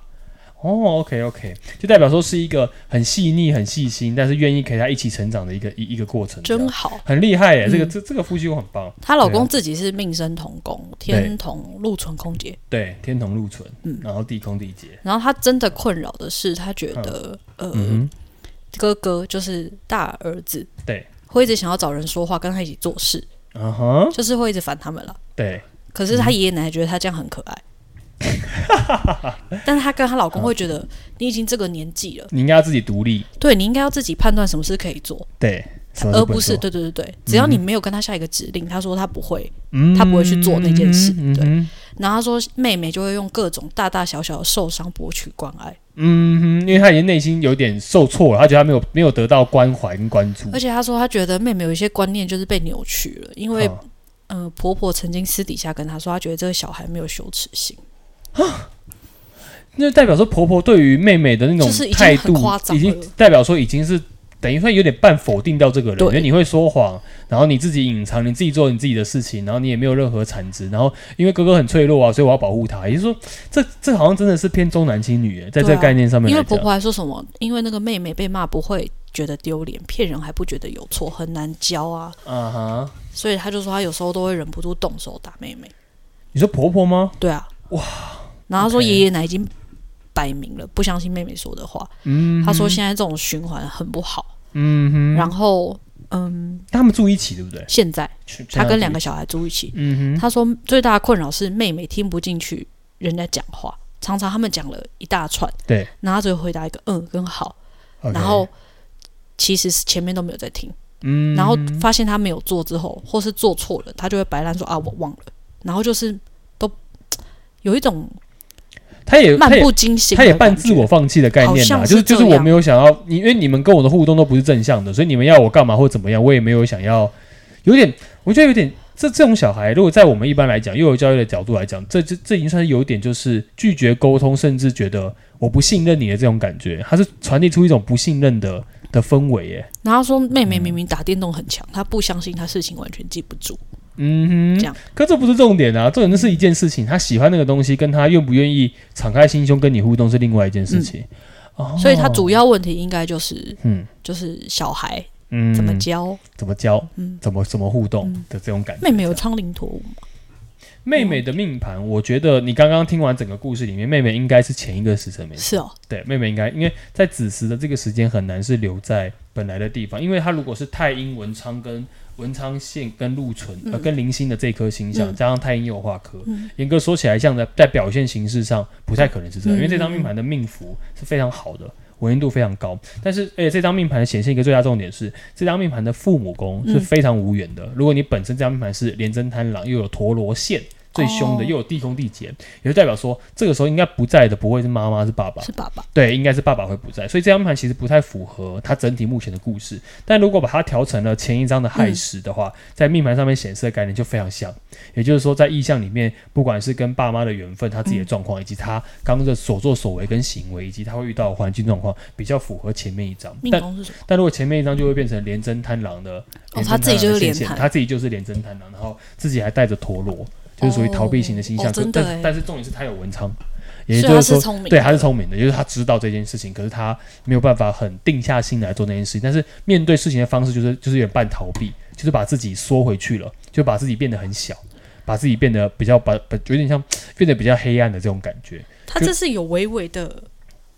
B: 哦，OK OK，就代表说是一个很细腻、很细心，但是愿意陪他一起成长的一个一一个过程，这
A: 真
B: 样
A: 好。
B: 很厉害欸耶！这个
A: 嗯
B: 这这个夫妻宫很棒，
A: 她老公自己是命生同宫，
B: 啊对
A: 天同禄存空劫。
B: 对，天同禄存
A: 嗯，
B: 然后地空地劫，
A: 然后她真的困扰的是，她觉得、呃，
B: 嗯哼，
A: 哥哥就是大儿子，
B: 对，
A: 会一直想要找人说话，跟他一起做事，
B: 嗯哼，
A: 就是会一直烦他们了。
B: 对，
A: 可是她爷爷奶奶觉得她这样很可爱，但是她跟她老公会觉得，你已经这个年纪了，
B: 你应该要自己独立，
A: 对你应该要自己判断什么事可以做，
B: 对，什么都
A: 而不
B: 能
A: 是
B: 做
A: 对对对对，只要你没有跟她下一个指令，她说她不会，
B: 嗯
A: 他不会去做那件事
B: 嗯
A: 对
B: 哼
A: 然后她说妹妹就会用各种大大小小的受伤博取关爱。
B: 嗯哼，因为他已经内心有点受挫了，他觉得他没有没有得到关怀跟关注
A: 而。且她说，她觉得妹妹有一些观念就是被扭曲了，因为、
B: 啊
A: 呃，婆婆曾经私底下跟她说，她觉得这个小孩没有羞耻心，
B: 那就代表说婆婆对于妹妹的那种
A: 就是已经
B: 态度
A: 很夸，张
B: 已经
A: 了
B: 代表说已经是等于说有点半否定掉这个人，
A: 对
B: 因为你会说谎，然后你自己隐藏，你自己做你自己的事情，然后你也没有任何产值，然后因为哥哥很脆弱啊，所以我要保护他。也就是说，这这好像真的是偏重男轻女耶，在这
A: 对
B: 个
A: 啊
B: 概念上面
A: 因
B: 来
A: 为婆
B: 讲，
A: 婆还说什么，因为那个妹妹被骂不会觉得丢脸，骗人还不觉得有错，很难教啊，
B: 啊哈，
A: 所以她就说她有时候都会忍不住动手打妹妹，
B: 你说婆婆吗？
A: 对啊，哇，然后她说
B: OK
A: 爷爷奶奶已经摆明了不相信妹妹说的话，
B: 嗯，
A: 她说现在这种循环很不好，
B: 嗯哼，
A: 然后嗯，
B: 他们住一起对不对？
A: 现在她跟两个，小孩住一起，
B: 嗯哼，
A: 他说最大的困扰是妹妹听不进去人家讲话，常常他们讲了一大串，
B: 对，
A: 然后他只会回答一个嗯跟好，然
B: OK
A: 后其实是前面都没有在听，
B: 嗯，
A: 然后发现他没有做之后，或是做错了，他就会白烂说啊我忘了，然后就是都有一种
B: 他也
A: 漫
B: 他也
A: 不经心的
B: 他也半
A: 感觉
B: 自我放弃的概念啦，
A: 好像
B: 就是
A: 是
B: 就是
A: 这
B: 我
A: 样
B: 没有想要你，因为你们跟我的互动都不是正向的，所以你们要我干嘛或怎么样，我也没有想要，有点我觉得有点这这种小孩，如果在我们一般来讲幼儿教育的角度来讲，这这这已经算是有一点就是拒绝沟通，甚至觉得我不信任你的这种感觉，他是传递出一种不信任的的氛围耶。
A: 然后说妹
B: 嗯
A: 妹明明打电动很强，她不相信她事情完全记不住，
B: 嗯哼，
A: 这样
B: 可这不是重点啊，重点就是一件事情，他喜欢那个东西，跟他愿不愿意敞开心胸跟你互动是另外一件事情。哦，
A: 嗯所以她主要问题应该就是
B: 嗯
A: 就是小孩
B: 嗯
A: 怎么教，
B: 怎么教，
A: 嗯
B: 怎么怎么互动
A: 嗯
B: 的这种感觉。
A: 妹妹有苍灵陀舞吗？
B: 妹妹的命盘，我觉得你刚刚听完整个故事里面，妹妹应该是前一个时辰没错。
A: 是哦，
B: 对，妹妹应该因为在子时的这个时间很难是留在本来的地方，因为她如果是太阴文昌跟文昌线跟禄存、呃
A: 嗯
B: 跟零星的这颗星象，
A: 嗯
B: 加上太阴又有化科，
A: 嗯
B: 严格说起来，像在在表现形式上不太可能是这样，因为
A: 嗯
B: 这张命盘的命符是非常好的。稳定度非常高，但是而且这张命盘显现一个最大重点是，这张命盘的父母宫是
A: 嗯
B: 非常无缘的。如果你本身这张命盘是廉贞贪狼，又有陀罗线最凶的，
A: 哦
B: 又有地空地劫，也就代表说这个时候应该不在的不会是妈妈是爸爸，
A: 是爸爸。
B: 对，应该是爸爸会不在，所以这张盘其实不太符合它整体目前的故事。但如果把它调成了前一张的亥时的话，
A: 嗯
B: 在命盘上面显示的概念就非常像。也就是说，在意象里面，不管是跟爸妈的缘分、他自己的状况，以及他刚刚的所作所为跟行为，以及他会遇到的环境状况，比较符合前面一张。
A: 命
B: 但
A: 宫是什么？
B: 但如果前面一张就会变成廉贞贪狼的，
A: 哦
B: 廉
A: 他
B: 贞贪
A: 自己
B: 狼
A: 就是
B: 的现
A: 廉
B: 象
A: 贪
B: 他自己就是廉贞贪狼，然后自己还带着陀螺，就是属于逃避型的形象。
A: 哦哦
B: 可
A: 真的
B: 但
A: 耶
B: 但是重点是他有文昌，
A: 所
B: 也
A: 以
B: 就
A: 他
B: 说
A: 是聪明的，
B: 对，他是聪明的，就是他知道这件事情，可是他没有办法很定下心来做那件事情。但是面对事情的方式就是就是有点半逃避，就是把自己缩回去了，就把自己变得很小，把自己变得比较把把有点像变得比较黑暗的这种感觉。
A: 他这是有微微的，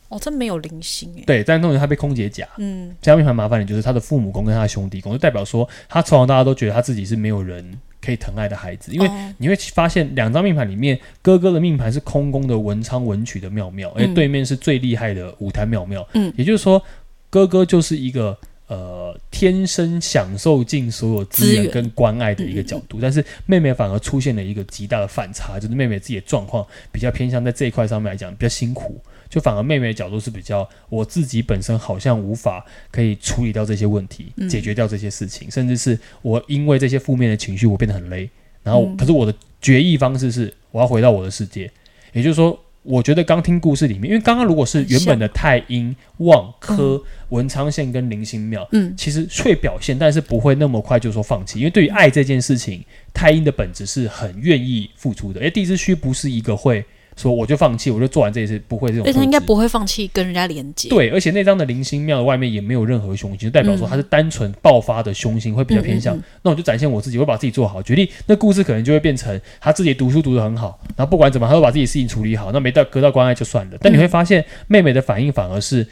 A: 哦，这没有零星哎。
B: 对，但是重点是他被空姐夹，
A: 嗯，
B: 这样面很麻烦的就是他的父母宫跟他的兄弟宫，就代表说他从小到大都觉得他自己是没有人可以疼爱的孩子，因为
A: 哦
B: 你会发现两张命盘里面，哥哥的命盘是空宫的文昌文曲的妙妙，而
A: 嗯
B: 对面是最厉害的五坛妙妙。
A: 嗯
B: 也就是说，哥哥就是一个呃天生享受尽所有资
A: 资
B: 源
A: 源
B: 跟关爱的一个角度，但是妹妹反而出现了一个极大的反差，就是妹妹自己的状况比较偏向在这一块上面来讲比较辛苦，就反而妹妹的角度是比较我自己本身好像无法可以处理掉这些问题，
A: 嗯
B: 解决掉这些事情，甚至是我因为这些负面的情绪，我变得很累。然后，
A: 嗯
B: 可是我的决议方式是我要回到我的世界，也就是说，我觉得刚听故事里面，因为刚刚如果是原本的太阴、旺、科、文昌县跟林星庙，
A: 嗯
B: 其实会表现，但是不会那么快就说放弃，因为对于爱这件事情，太阴的本质是很愿意付出的，而地之虚不是一个会说我就放弃，我就做完这一次，不会这种
A: 所以
B: 特质。
A: 他应该不会放弃跟人家连接。
B: 对，而且那张的零星庙的外面也没有任何凶星，就代表说他是单纯爆发的凶星，会比较偏向。
A: 嗯嗯嗯
B: 那我就展现我自己，我会把自己做好。举例，那故事可能就会变成他自己读书读得很好，然后不管怎么，他会把自己事情处理好，那没到得到关爱就算了。
A: 嗯
B: 但你会发现，妹妹的反应反而是。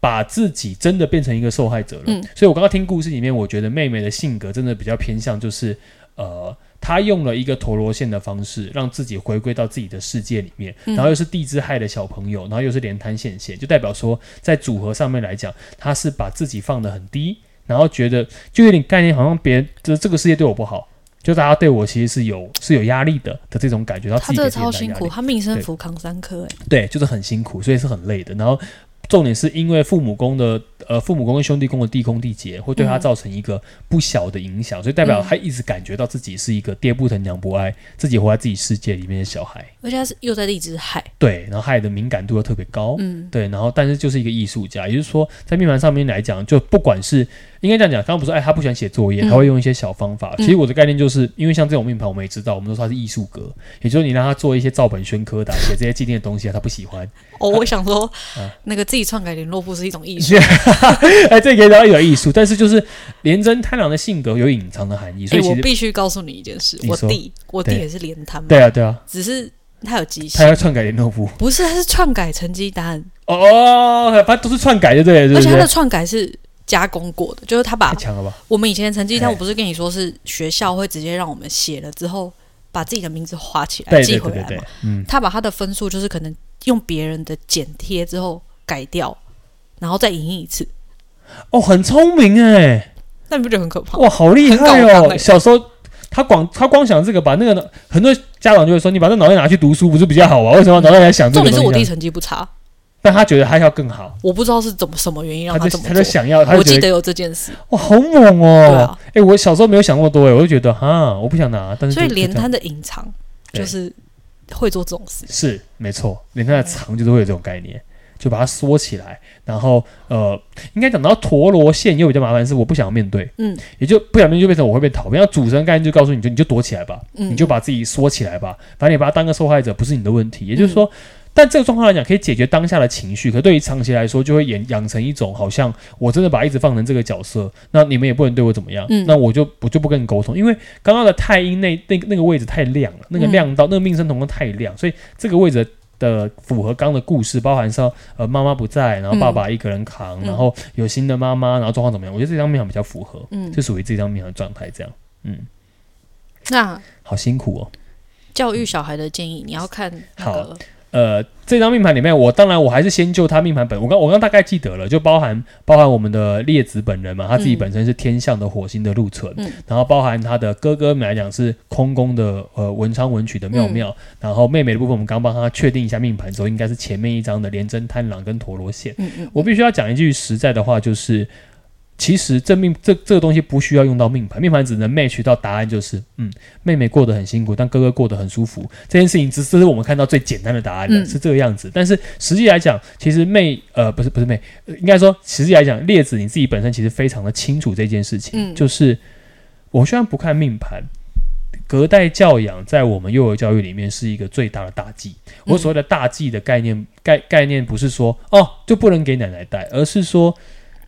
B: 把自己真的变成一个受害者了，
A: 嗯
B: 所以我刚刚听故事里面，我觉得妹妹的性格真的比较偏向，就是呃，她用了一个陀螺线的方式，让自己回归到自己的世界里面，
A: 嗯
B: 然后又是地支亥的小朋友，然后又是连滩线线，就代表说在组合上面来讲，他是把自己放得很低，然后觉得就有点概念，好像别人就是这个世界对我不好，就大家对我其实是有是有压力的的这种感觉，然后
A: 他
B: 自己
A: 这个
B: 给自己很
A: 超
B: 大
A: 辛
B: 压
A: 苦，
B: 力，
A: 他命生
B: 对
A: 福康三科哎、
B: 对，就是很辛苦，所以是很累的。然后重点是因为父母宫的呃父母宫跟兄弟宫的地空地劫，会对他
A: 嗯
B: 造成一个不小的影响，所以代表
A: 嗯
B: 他一直感觉到自己是一个爹不疼娘不爱，自己活在自己世界里面的小孩。
A: 而且他是又在地支亥，
B: 对，然后害的敏感度又特别高，
A: 嗯
B: 对，然后但是就是一个艺术家，也就是说，在命盘上面来讲，就不管是应该这样讲，刚刚不是哎，他不喜欢写作业，
A: 嗯
B: 他会用一些小方法。
A: 嗯
B: 其实我的概念就是，因为像这种命盘，我们也知道，我们都说他是艺术格， 也就是你让他做一些照本宣科的啊写这些纪念的东西啊，他不喜欢。
A: 哦，我想说，
B: 啊
A: 那个自己篡改联络簿是一 种艺术。
B: 哎，这个也聊有艺术，但是就是连真贪狼的性格有隐藏的含义，所
A: 哎、
B: 以其
A: 我
B: 实、
A: 必须告诉你一件事，
B: 你
A: 我
B: 说
A: 弟，我弟
B: 对
A: 也是连摊嘛，
B: 对啊对啊，
A: 只是他有极
B: 他
A: 限，
B: 要篡改联络簿
A: 不是，他是篡改成绩单，
B: 哦哦，哦反正都是篡改，对对对
A: 而
B: 对
A: 且他的
B: 对，
A: 篡改是加工过的，就是他把
B: 太强了吧？
A: 我们以前的成绩单，
B: 嘿
A: 我不是跟你说是学校会直接让我们写了之后，把自己的名字划起来
B: 对
A: 寄
B: 对
A: 回
B: 对
A: 来
B: 对
A: 嘛？
B: 对，嗯，
A: 他把他的分数就是可能用别人的剪贴之后改掉，然后再影印一次，
B: 哦，很聪明哎、
A: 那你不觉得很可怕？
B: 哇，好厉害
A: 很搞纲
B: 哦！
A: 欸
B: 小时候他光他光想这个，把那个脑很多家长就会说，你把这脑袋拿去读书不是比较好啊？为什么要脑袋来想这
A: 重
B: 个
A: 点是我
B: 东
A: 弟
B: 西呢？啊
A: 成绩不差，
B: 但他觉得他要更好，
A: 我不知道是怎么什么原因让
B: 他
A: 他
B: 就
A: 这么
B: 他就
A: 做。
B: 想要，他就
A: 我记
B: 觉
A: 得有这件事，
B: 哇，好猛哦！
A: 对啊
B: 哎、我小时候没有想那么多哎，我就觉得哈，我不想拿，但是
A: 所以
B: 就就
A: 连
B: 这样
A: 他的隐藏
B: 对
A: 就是会做这种事。
B: 是没错，连他的藏就是会有这种概念。就把它缩起来，然后呃，应该讲到陀螺线又比较麻烦，是我不想面对，
A: 嗯
B: 也就不想面对就变成我会被讨厌。那主神概念就告诉你就你就躲起来吧，
A: 嗯，
B: 你就把自己缩起来吧，反正你把它当个受害者不是你的问题。也就是说，但这个状况来讲，可以解决当下的情绪，可对于长期来说，就会养养成一种好像我真的把一直放成这个角色，那你们也不能对我怎么样，
A: 嗯
B: 那我就我就不跟你沟通，因为刚刚的太阴那那那个位置太亮了，那个
A: 嗯
B: 亮到、那个命生同宫太亮，所以这个位置的。的符合刚的故事，包含上呃妈妈不在，然后爸爸一个人扛，
A: 嗯
B: 然后有新的妈妈，然后状况怎么样？我觉得这张面相比较符合，
A: 嗯，
B: 是属于这张面相的状态，这样，嗯，
A: 那
B: 好辛苦哦。
A: 教育小孩的建议，你要看那个
B: 呃，这张命盘里面，我当然我还是先就他命盘本，我刚我刚大概记得了，就包含包含我们的列子本人嘛，他自己
A: 嗯
B: 本身是天象的火星的禄存，
A: 嗯
B: 然后包含他的哥哥们来讲是空宫的呃文昌文曲的妙妙，
A: 嗯
B: 然后妹妹的部分我们刚帮他确定一下命盘之后，应该是前面一张的廉贞贪狼跟陀螺线。
A: 嗯嗯，
B: 我必须要讲一句实在的话，就是其实这命这这个东西不需要用到命盘，命盘只能 match 到答案，就是嗯，妹妹过得很辛苦，但哥哥过得很舒服。这件事情只只是我们看到最简单的答案了，
A: 嗯
B: 是这个样子。但是实际来讲，其实妹呃不是不是妹，呃应该说实际来讲，列子你自己本身其实非常的清楚这件事情，
A: 嗯
B: 就是我虽然不看命盘。隔代教养在我们幼儿教育里面是一个最大的大忌，
A: 嗯
B: 我所谓的大忌的概念概概念不是说哦就不能给奶奶带，而是说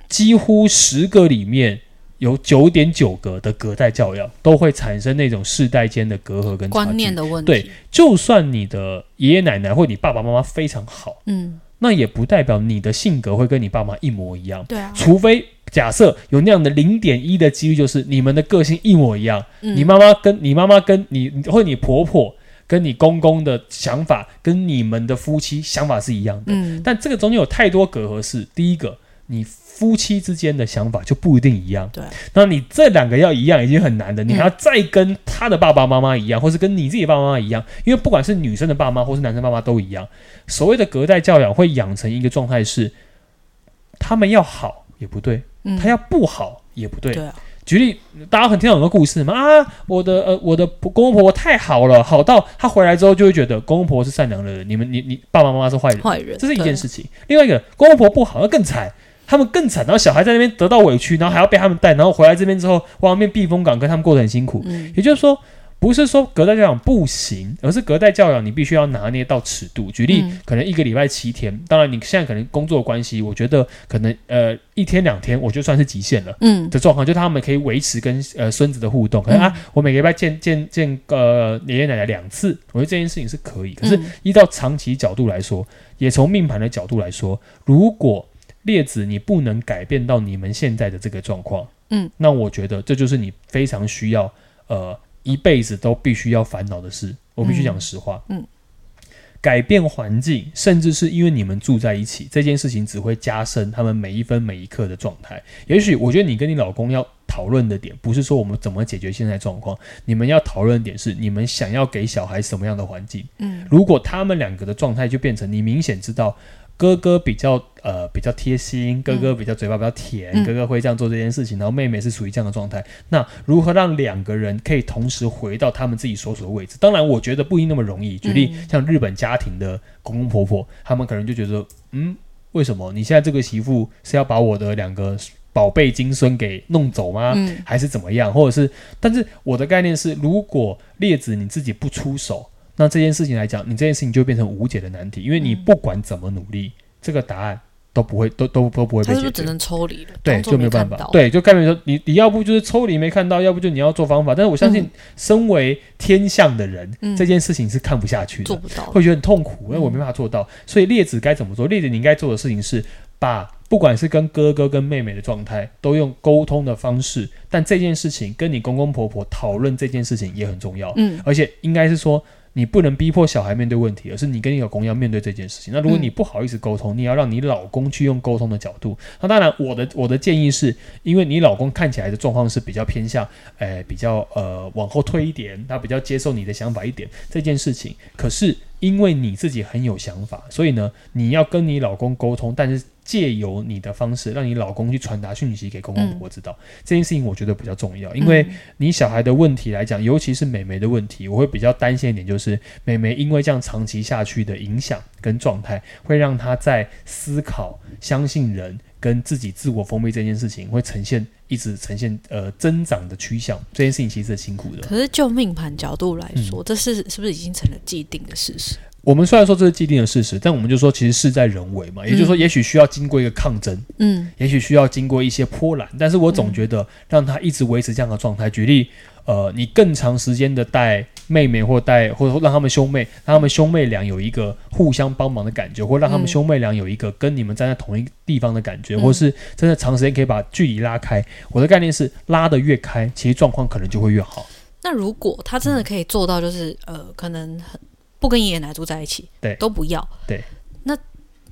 B: 几乎十个里面有九点九个的隔代教养都会产生那种世代间的隔阂跟差距
A: 观念。的问题，
B: 对，就算你的爷爷奶奶或你爸爸妈妈非常好，
A: 嗯，
B: 那也不代表你的性格会跟你爸妈一模一样。
A: 对啊，
B: 除非假设有那样的零点一的几率，就是你们的个性一模一样，
A: 嗯
B: 你妈妈跟你妈妈跟你或你婆婆跟你公公的想法跟你们的夫妻想法是一样的，
A: 嗯
B: 但这个中间有太多隔阂是第一个。你夫妻之间的想法就不一定一样。
A: 对嗯啊
B: 那你这两个要一样已经很难了，你还要再跟他的爸爸妈妈一样，或是跟你自己的爸爸妈妈一样，因为不管是女生的爸妈或是男生爸妈都一样。所谓的隔代教养会养成一个状态是，他们要好也不对，
A: 嗯，
B: 他要不好也不对。
A: 对啊，
B: 举例，大家很听到很多故事嘛啊，我的呃我的公公婆婆太好了，好到他回来之后就会觉得公公婆婆是善良的人，你们你你爸爸妈妈是坏人，
A: 坏人
B: 这是一
A: 对啊
B: 件事情。另外一个，公公婆婆不好，那更惨，他们更惨，然后小孩在那边得到委屈，然后还要被他们带，然后回来这边之后，往那边避风港，跟他们过得很辛苦。
A: 嗯
B: 也就是说，不是说隔代教养不行，而是隔代教养你必须要拿捏到尺度。举例，
A: 嗯
B: 可能一个礼拜七天，当然你现在可能工作关系，我觉得可能呃一天两天，我就算是极限了。
A: 嗯
B: 的状况，就他们可以维持跟呃孙子的互动。可能啊，我每个礼拜见见见呃爷爷奶奶两次，我觉得这件事情是可以。可是
A: 嗯
B: 依照长期角度来说，也从命盘的角度来说，如果列子你不能改变到你们现在的这个状况，
A: 嗯，
B: 那我觉得这就是你非常需要呃一辈子都必须要烦恼的事。我必须讲实话，
A: 嗯嗯
B: 改变环境，甚至是因为你们住在一起，这件事情只会加深他们每一分每一刻的状态。也许我觉得你跟你老公要讨论的点，不是说我们怎么解决现在状况，你们要讨论的点是你们想要给小孩什么样的环境。
A: 嗯
B: 如果他们两个的状态就变成你明显知道。哥哥比较呃比较贴心，哥哥比较嘴巴比较甜，
A: 嗯
B: 哥哥会这样做这件事情，然后妹妹是属于这样的状态。那如何让两个人可以同时回到他们自己所处的位置？当然，我觉得不一定那么容易。举例，
A: 嗯
B: 像日本家庭的公公婆婆，他们可能就觉得，嗯，为什么你现在这个媳妇是要把我的两个宝贝金孙给弄走吗？
A: 嗯
B: 还是怎么样，或者是，但是我的概念是，如果列子你自己不出手，那这件事情来讲，你这件事情就会变成无解的难题，因为你
A: 嗯
B: 不管怎么努力，这个答案都不会，都都都不会
A: 他
B: 被
A: 是不是
B: 解
A: 只
B: 决。
A: 能抽离了？
B: 对，
A: 当作
B: 就没有
A: 看
B: 办法
A: 到。，
B: 对，就概念说，你你要不就是抽离没看到，要不就你要做方法。但是我相信
A: 嗯，
B: 身为天象的人，
A: 嗯
B: 这件事情是看不下去的
A: 做，不到。
B: 会觉得很痛苦，因为我没办法做到。所以列子该怎么做？列子你应该做的事情是把不管是跟哥哥跟妹妹的状态，都用沟通的方式。但这件事情跟你公公婆婆讨论这件事情也很重要，
A: 嗯
B: 而且应该是说。你不能逼迫小孩面对问题，而是你跟你老公要面对这件事情。那如果你
A: 嗯
B: 不好意思沟通，你也要让你老公去用沟通的角度。那当然，我的我的建议是，因为你老公看起来的状况是比较偏向，呃，比较呃往后退一点，他比较接受你的想法一点这件事情。可是因为你自己很有想法，所以呢，你要跟你老公沟通，但是借由你的方式，让你老公去传达讯息给公公婆婆知道、这件事情，我觉得比较重要，因为
A: 嗯
B: 你小孩的问题来讲，尤其是美眉的问题，我会比较担心一点，就是美眉因为这样长期下去的影响跟状态，会让她在思考、相信人跟自己自我封闭这件事情，会呈现一直呈现呃增长的趋向。这件事情其实是辛苦的。
A: 可是就命盘角度来
B: 嗯
A: 说，这是是不是已经成了既定的事实？
B: 我们虽然说这是既定的事实，但我们就说其实事在人为嘛，也就是说，也许需要经过一个抗争，
A: 嗯
B: 也许需要经过一些波澜，但是我总觉得让他一直维持这样的状态。举例，呃，你更长时间的带妹妹或带，或者说让他们兄妹，让他们兄妹俩有一个互相帮忙的感觉，或让他
A: 嗯
B: 们兄妹俩有一个跟你们站在同一地方的感觉，
A: 嗯
B: 或是真的长时间可以把距离拉开。我的概念是，拉得越开，其实状况可能就会越好。
A: 那如果他真的可以做到，就是呃，可能很不跟爷爷奶奶住在一起，
B: 对
A: 都不要，
B: 对。
A: 那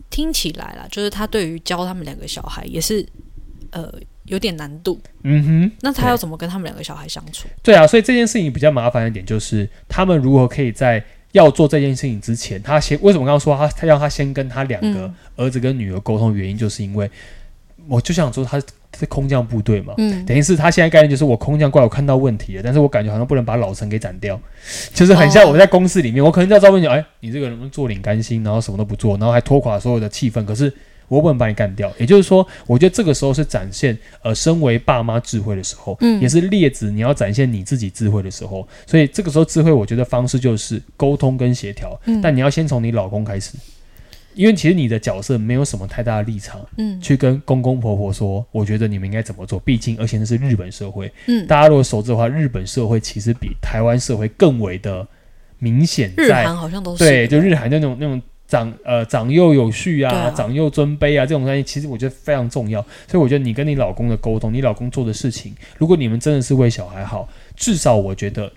A: 听起来啦，就是他对于教他们两个小孩也是呃有点难度。
B: 嗯哼。
A: 那他
B: 对
A: 要怎么跟他们两个小孩相处？
B: 对啊，所以这件事情比较麻烦一点，就是他们如何可以在要做这件事情之前，他先为什么刚刚说他他要他先跟他两个
A: 嗯
B: 儿子跟女儿沟通，原因就是因为我就想说他是空降部队嘛。
A: 嗯，
B: 等于是他现在概念就是我空降过来，我看到问题了，但是我感觉好像不能把老陈给斩掉，就是很像
A: 哦
B: 我在公司里面，我可能在照面讲，哎，你这个人坐领干心，然后什么都不做，然后还拖垮所有的气氛，可是我不能把你干掉。也就是说，我觉得这个时候是展现呃，身为爸妈智慧的时候，
A: 嗯
B: 也是列子你要展现你自己智慧的时候。所以这个时候智慧，我觉得方式就是沟通跟协调，
A: 嗯
B: 但你要先从你老公开始，因为其实你的角色没有什么太大的立场。
A: 嗯
B: 去跟公公婆婆说，我觉得你们应该怎么做。毕竟，而且那是日本社会，
A: 嗯，
B: 大家如果熟知的话，日本社会其实比台湾社会更为的明显
A: 日
B: 在，
A: 韩好像都是
B: 对，就日韩就那种那种长呃长幼有序啊，
A: 对啊
B: 长幼尊卑啊这种东西，其实我觉得非常重要。所以我觉得你跟你老公的沟通，你老公做的事情，如果你们真的是为小孩好，至少我觉得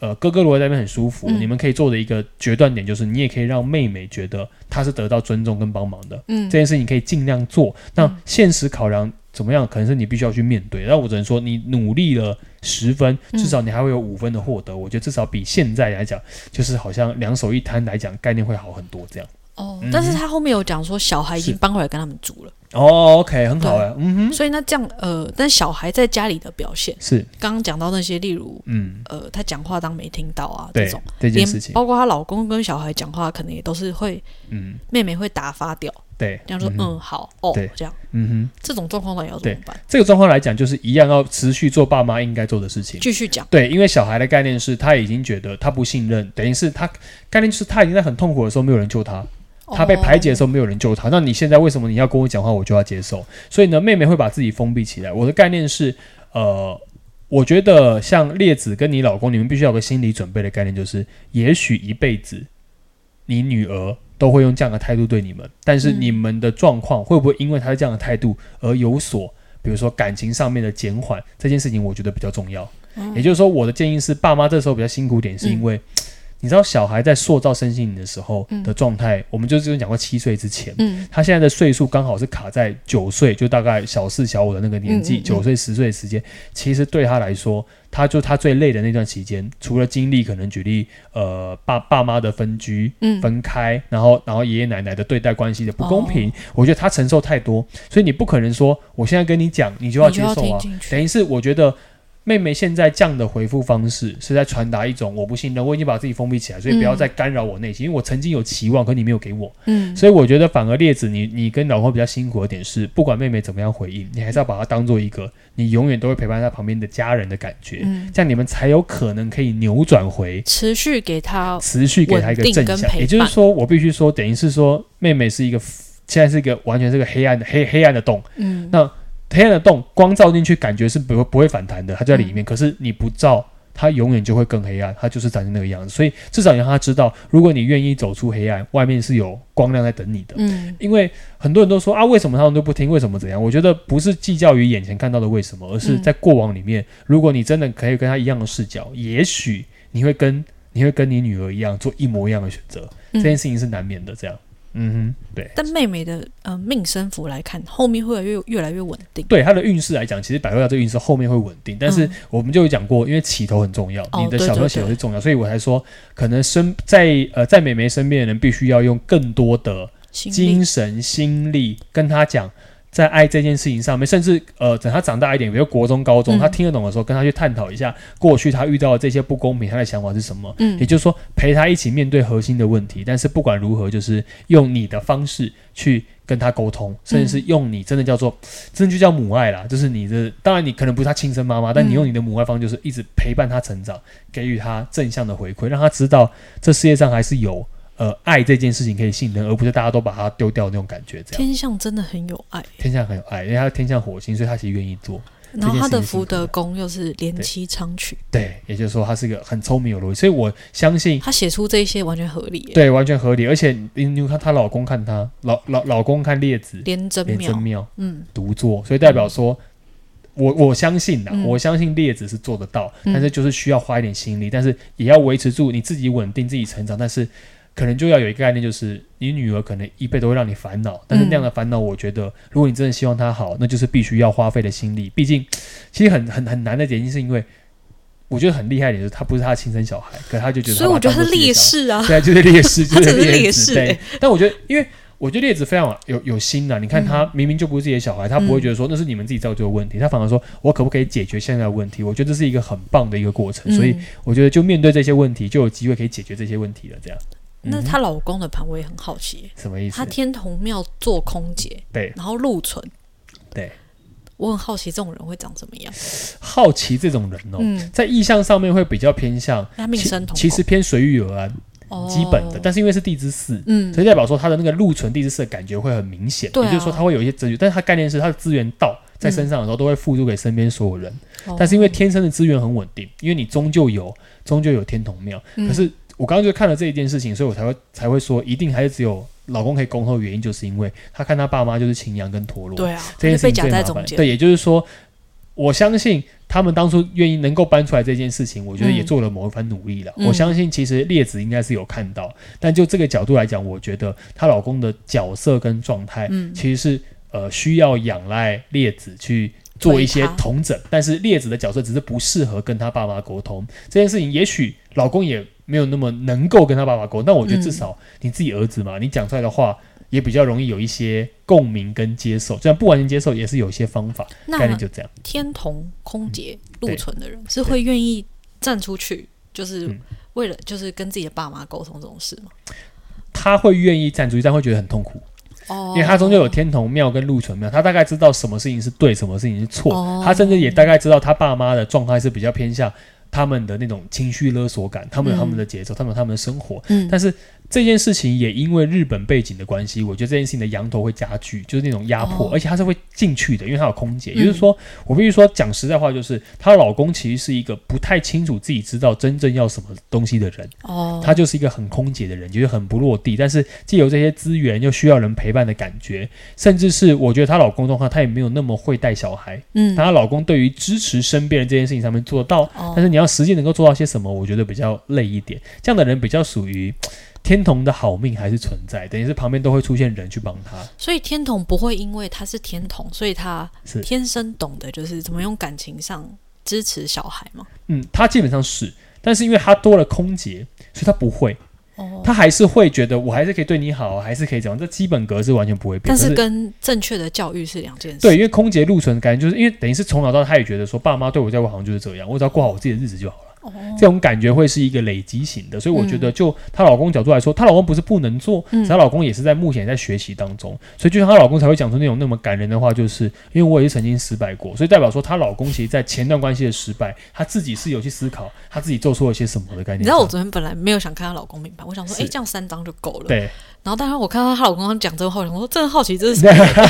B: 呃哥哥如果在那边很舒服，
A: 嗯
B: 你们可以做的一个决断点就是，你也可以让妹妹觉得她是得到尊重跟帮忙的。
A: 嗯
B: 这件事情可以尽量做。那现实考量怎么样，可能是你必须要去面对。但我只能说，你努力了十分，
A: 嗯
B: 至少你还会有五分的获得。我觉得至少比现在来讲，就是好像两手一摊来讲，概念会好很多这样。
A: 哦
B: 嗯，
A: 但是他后面有讲说小孩已经
B: 是
A: 搬回来跟他们住了，
B: 哦，OK，很好哎，嗯哼，
A: 所以那这样呃，但小孩在家里的表现，
B: 是，
A: 刚刚讲到那些，例如
B: 嗯，
A: 呃，他讲话当没听到啊这
B: 对
A: 种，
B: 这件
A: 连
B: 事情，
A: 包括她老公跟小孩讲话，可能也都是会
B: 嗯，
A: 妹妹会打发掉，
B: 对，
A: 这样说
B: 嗯哼
A: 嗯好哦
B: 对
A: 这样，
B: 嗯哼，
A: 这种状况到底要怎么办？
B: 这个状况来讲，就是一样要持续做爸妈应该做的事情。
A: 继续讲，
B: 对，因为小孩的概念是他已经觉得他不信任，等于是他概念就是他已经在很痛苦的时候没有人救他，他被排解的
A: 哦
B: 时候没有人救他，那你现在为什么你要跟我讲话，我就要接受？所以呢，妹妹会把自己封闭起来。我的概念是，呃，我觉得像列子跟你老公，你们必须要有个心理准备的概念，就是也许一辈子你女儿都会用这样的态度对你们，但是
A: 嗯
B: 你们的状况会不会因为她这样的态度而有所？比如说感情上面的减缓这件事情，我觉得比较重要。
A: 嗯
B: 也就是说，我的建议是，爸妈这时候比较辛苦点，是因为、你知道小孩在塑造身心灵的时候
A: 嗯
B: 的状态，我们就之前讲过七岁之前。
A: 嗯
B: 他现在的岁数刚好是卡在九岁，就大概小四、小五的那个年
A: 嗯嗯
B: 纪，
A: 嗯
B: 九岁、十岁的时间，其实对他来说，他就他最累的那段期间，除了经历可能举例，呃，爸爸妈的分居、
A: 嗯
B: 分开，然后然后爷爷奶奶的对待关系的不公
A: 哦
B: 平，我觉得他承受太多，所以你不可能说我现在跟你讲，你就要
A: 你
B: 接
A: 就要
B: 受
A: 听
B: 啊。
A: 进去，
B: 等于是我觉得妹妹现在这样的回复方式是在传达一种我不信任，我已经把自己封闭起来，所以不要再干扰我内心，因为我曾经有期望，可你没有给我。
A: 嗯，
B: 所以我觉得反而列子你，你跟老公比较辛苦的点是，不管妹妹怎么样回应，你还是要把她当做一个你永远都会陪伴她旁边的家人的感觉，
A: 嗯
B: 这样你们才有可能可以扭转回。
A: 持续给他
B: 持续给她一个
A: 稳定
B: 正
A: 跟陪
B: 向，
A: 伴
B: 也就是说，我必须说，等于是说，妹妹是一个现在是一个完全是个黑暗的黑黑暗的洞，
A: 嗯
B: 那黑暗的洞光照进去，感觉是不会不会反弹的，它就在里面。可是你不照，它永远就会更黑暗，它就是长成那个样子。所以至少你让他知道，如果你愿意走出黑暗，外面是有光亮在等你的。
A: 嗯
B: 因为很多人都说啊，为什么他们都不听？为什么怎样？我觉得不是计较于眼前看到的为什么，而是在过往里面，如果你真的可以跟他一样的视角，也许你会跟你会跟你女儿一样做一模一样的选择。这件
A: 嗯，
B: 事情是难免的，这样。嗯哼，对。
A: 但妹妹的呃命生符来看，后面会越越来越稳定，
B: 对它的运势来讲，其实百会药这个运势后面会稳定，但是
A: 嗯
B: 我们就有讲过，因为起头很重要，
A: 哦
B: 你的
A: 对
B: 小时候
A: 对
B: 起头
A: 对
B: 是重要，所以我才说，可能身在呃在美眉身边的人必须要用更多的
A: 心力
B: 精神心力跟她讲。在爱这件事情上面，甚至呃，等她长大一点，比如国中、高中，
A: 嗯
B: 她听得懂的时候，跟她去探讨一下过去她遇到的这些不公平，她的想法是什么。
A: 嗯
B: 也就是说，陪她一起面对核心的问题。但是不管如何，就是用你的方式去跟她沟通，
A: 嗯
B: 甚至是用你真的叫做真的就叫母爱啦，就是你的，当然你可能不是他亲生妈妈，
A: 嗯
B: 但你用你的母爱方，就是一直陪伴他成长，给予他正向的回馈，让他知道这世界上还是有呃爱这件事情可以信任，而不是大家都把它丢掉的那种感觉。这样
A: 天象真的很有爱，
B: 天象很有爱，因为他天象火星，所以他其实愿意做。
A: 然后他
B: 这件事情
A: 的
B: 是
A: 福
B: 真
A: 德
B: 的
A: 宫又是连七昌曲，
B: 对，也就是说他是一个很聪明有逻辑，所以我相信
A: 他写出这些完全合理耶，
B: 对完全合理。而且你你看她老公看她老老老公看列子，
A: 连真
B: 连
A: 妙
B: 真，妙，
A: 嗯
B: 独做，所以代表说，我我相信呐、
A: 嗯
B: 我相信列子是做得到，
A: 嗯
B: 但是就是需要花一点心力，但是也要维持住你自己稳定、自己成长，但是可能就要有一个概念，就是你女儿可能一辈都会让你烦恼，但是那样
A: 嗯
B: 的烦恼，我觉得如果你真的希望她好，那就是必须要花费的心力。毕竟，其实很很很难的原因是因为。我觉得很厉害一点，就是她不是她的亲生小孩，可她就觉得
A: 所
B: 她把她当作自己的小
A: 以
B: 孩，
A: 我觉得他是劣势啊，
B: 对啊，就是劣 势，
A: 他
B: 就
A: 只是
B: 劣
A: 劣
B: 势。
A: 势
B: 对
A: 欸，
B: 但我觉得，因为我觉得劣子非常有有心啊呐、你看
A: 嗯
B: 他明明就不是自己的小孩，他不
A: 嗯
B: 会觉得说那是你们自己造就的问题，他反而说我可不可以解决现在的问题？我觉得这是一个很棒的一个过程，所以
A: 嗯
B: 我觉得就面对这些问题，就有机会可以解决这些问题了。这样，
A: 那
B: 嗯
A: 她老公的盘我也很好奇耶，
B: 什么意思
A: 她？天童庙做空姐，
B: 对
A: 然后陆存，
B: 对，
A: 我很好奇这种人会长怎么样，
B: 好奇这种人哦，
A: 嗯，
B: 在意向上面会比较偏向，
A: 他命生同
B: 其实偏随遇而安，
A: 哦
B: 基本的，但是因为是地之四，
A: 嗯
B: 所以代表说它的那个禄存地之色的感觉会很明显，
A: 对啊
B: 也就是说它会有一些资源，但是它概念是它的资源到在身上的时候都会付诸给身边所有人，
A: 哦
B: 但是因为天生的资源很稳定，因为你终究有终究有天同庙，
A: 嗯
B: 可是我刚刚就看了这一件事情，所以我才会才会说一定还是只有老公可以沟通的原因，就是因为他看他爸妈就是秦阳跟陀螺，
A: 对啊，
B: 这
A: 她就
B: 件事
A: 被
B: 情
A: 夹
B: 最
A: 在
B: 麻
A: 中
B: 烦。
A: 间，
B: 对，也就是说，我相信他们当初愿意能够搬出来这件事情，我觉得也
A: 嗯
B: 做了某一番努力了。
A: 嗯
B: 我相信其实列子应该是有看到，但就这个角度来讲，我觉得她老公的角色跟状态
A: 嗯
B: 其实是呃需要仰赖列子去。做一些
A: 推她
B: 同整，但是列子的角色只是不适合跟她爸妈沟通这件事情，也许老公也没有那么能够跟他爸爸沟通，但我觉得至
A: 嗯
B: 少你自己儿子嘛，你讲出来的话也比较容易有一些共鸣跟接受，虽然不完全接受，也是有一些方法。概
A: 那
B: 念就这样，
A: 天童空姐陆
B: 对
A: 存的人是会愿意站出去，就是
B: 嗯
A: 为了就是跟自己的爸妈沟通这种事吗？
B: 他会愿意站出去，但会觉得很痛苦，
A: 哦
B: 因为他终究有天童庙跟陆存庙，他大概知道什么事情是对，什么事情是错，
A: 哦
B: 他甚至也大概知道他爸妈的状态是比较偏向他们的那种情绪勒索感，他们有他们的节奏，他们有他们的生活，
A: 嗯
B: 但是这件事情也因为日本背景的关系，我觉得这件事情的羊头会加剧，就是那种压迫，
A: 哦
B: 而且它是会进去的，因为它有空姐。
A: 嗯
B: 也就是说，我必须说讲实在话，就是她老公其实是一个不太清楚自己知道真正要什么东西的人，
A: 哦，
B: 他就是一个很空姐的人，就是很不落地，但是借由这些资源又需要人陪伴的感觉，甚至是我觉得她老公的话，她也没有那么会带小孩，
A: 嗯
B: 但她老公对于支持身边人这件事情上面做到，
A: 哦
B: 但是你要实际能够做到些什么，我觉得比较累一点。这样的人比较属于天童的好命还是存在，等于是旁边都会出现人去帮他。
A: 所以天童不会因为他是天童，所以他
B: 是
A: 天生懂得就是怎么用感情上支持小孩嘛。
B: 嗯，他基本上是，但是因为他多了空姐，所以他不会，
A: 哦，
B: 他还是会觉得我还是可以对你好，还是可以怎样，这基本格是完全不会变。
A: 但
B: 可
A: 是
B: 是
A: 跟正确的教育是两件事。
B: 对，因为空姐陆存感觉就是因为等于是从小到大，他也觉得说爸妈对我在我好像就是这样，我只要过好我自己的日子就好了。
A: 哦，
B: 这种感觉会是一个累积型的，所以我觉得就她老公角度来说，她老公不是不能做，
A: 嗯
B: 她老公也是在目前在学习当中，所以就像她老公才会讲出那种那么感人的话，就是因为我也是曾经失败过，所以代表说她老公其实在前段关系的失败，她自己是有去思考她自己做错了些什么的概
A: 你
B: 念上。
A: 知道我昨天本来没有想看她老公名牌，我想说，
B: 是
A: 哎、这样三张就够了。
B: 对，
A: 然后，但是我看到她老公讲这个话，我想说，真的好奇这是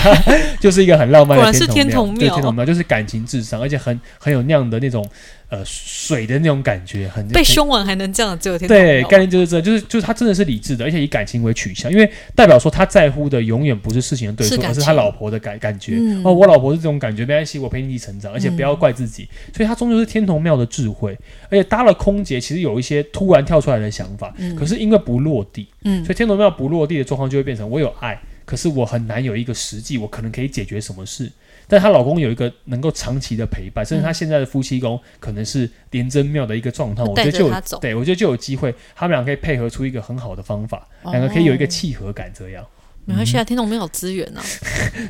B: 就是一个很浪漫的，
A: 果然是天
B: 童
A: 童
B: 对
A: 庙
B: 天童庙就是感情至上，而且很很有那样的那种呃水的那种感觉，很
A: 被
B: 很
A: 凶完还能这样，只有天
B: 对，
A: 童庙
B: 概念就是这，就是就是他真的是理智的，而且以感情为取向，因为代表说他在乎的永远不是事情的对
A: 是
B: 错，
A: 感
B: 而是
A: 情
B: 他老婆的感感觉。
A: 嗯
B: 哦，我老婆是这种感觉，没关系，我陪你一起成长，而且不要怪自己。所以他终究是天童庙的智慧，而且搭了空姐，其实有一些突然跳出来的想法，
A: 嗯
B: 可是因为不落地，
A: 嗯
B: 所以天童庙不落地的状况就会变成我有爱，可是我很难有一个实际，我可能可以解决什么事。但她老公有一个能够长期的陪伴，甚
A: 嗯
B: 至她现在的夫妻宫可能是廉贞庙的一个状态，我觉得
A: 带着
B: 就有
A: 她走
B: 对我觉得就有机会，他们俩可以配合出一个很好的方法，
A: 哦
B: 两个可以有一个契合感，这样
A: 没关系
B: 嗯
A: 啊，天童庙有资源啊。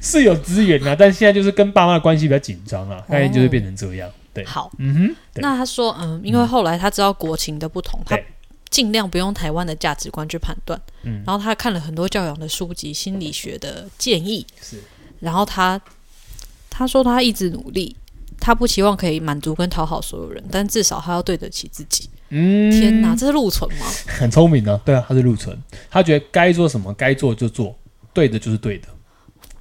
B: 是有资源啊，但现在就是跟爸妈的关系比较紧张啊，概念就是变成这样，对，
A: 哦好，
B: 嗯哼，对
A: 那他说，嗯，因为后来他知道国情的不同，他
B: 对
A: 尽量不用台湾的价值观去判断。
B: 嗯
A: 然后他看了很多教养的书籍、心理学的建议，
B: 是
A: 然后他他说他一直努力，他不期望可以满足跟讨好所有人，但至少他要对得起自己。
B: 嗯，
A: 天哪，这是陆存吗？
B: 很聪明啊，对啊，他是陆纯，他觉得该做什么该做就做，对的就是对的，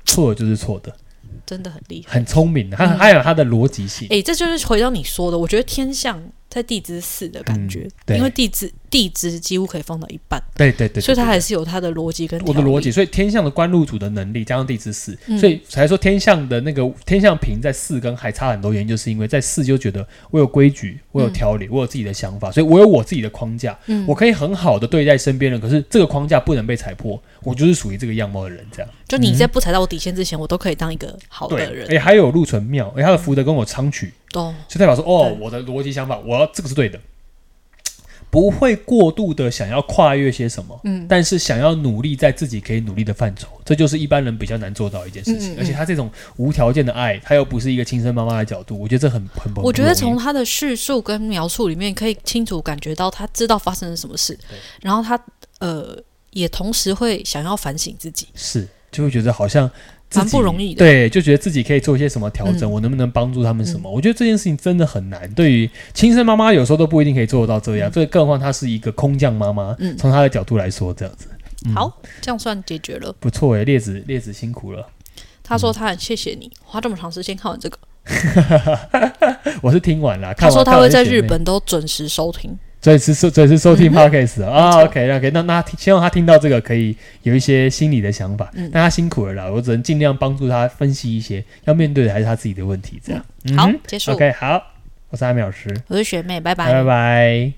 B: 错的就是错的，
A: 真的很厉害。
B: 很聪明的、他他有他的逻辑性，
A: 嗯诶，这就是回到你说的，我觉得天象在地支四的感觉，
B: 嗯对
A: 因为地支地支几乎可以放到一半，
B: 对对对对
A: 所以他
B: 对
A: 还是有他的逻辑跟
B: 我的
A: 条理
B: 逻辑，所以天象的官禄主的能力加上地支四，
A: 嗯
B: 所以才说天象的那个天象平在四跟还差很多，原因就是因为在四就觉得我有规矩，我有条理，我有自己的想法，所以我有我自己的框架，
A: 嗯
B: 我可以很好的对待身边人，可是这个框架不能被踩破，我就是属于这个样貌的人这样。
A: 就你在不踩到我底线之前，我都可以当一个好的
B: 嗯对，
A: 人。
B: 哎，还有陆存庙，哎，他的福德跟我昌曲，
A: 懂、
B: 就代表说，哦，
A: 对
B: 我的逻辑想法，我要这个是对的，不会过度的想要跨越些什么，
A: 嗯
B: 但是想要努力在自己可以努力的范畴，这就是一般人比较难做到的一件事
A: 嗯
B: 情。
A: 嗯嗯
B: 而且他这种无条件的爱，他又不是一个亲生妈妈的角度，我觉得这很很不
A: 我觉得从
B: 不容易
A: 他的叙述跟描述里面，可以清楚感觉到他知道发生了什么事
B: 对，
A: 然后他呃也同时会想要反省自己。
B: 是就会觉得好像自己
A: 蛮不容易的
B: 对，就觉得自己可以做一些什么调整，
A: 嗯
B: 我能不能帮助他们什么？我觉得这件事情真的很难，对于亲生妈妈有时候都不一定可以做得到这样，所以更何况她是一个空降妈妈，
A: 嗯
B: 从她的角度来说，这样子嗯
A: 好，这样算解决了。
B: 不错诶，列子列子辛苦了。
A: 他说他很谢谢你花这么长时间看完这个，
B: 我是听完了，看
A: 他
B: 完
A: 说他会在
B: 看
A: 日
B: 完就觉得
A: 本都准时收听。
B: 准时收准时 收听 podcast 啊啊
A: 没错
B: ，OK OK，那那他希望他听到这个可以有一些心理的想法，
A: 嗯
B: 但他辛苦了啦，我只能尽量帮助他分析一些要面对的还是他自己的问题，这样。嗯
A: 好
B: 哼，
A: 结束。
B: OK，好，我是阿美老师，
A: 我是学妹，拜
B: 拜拜。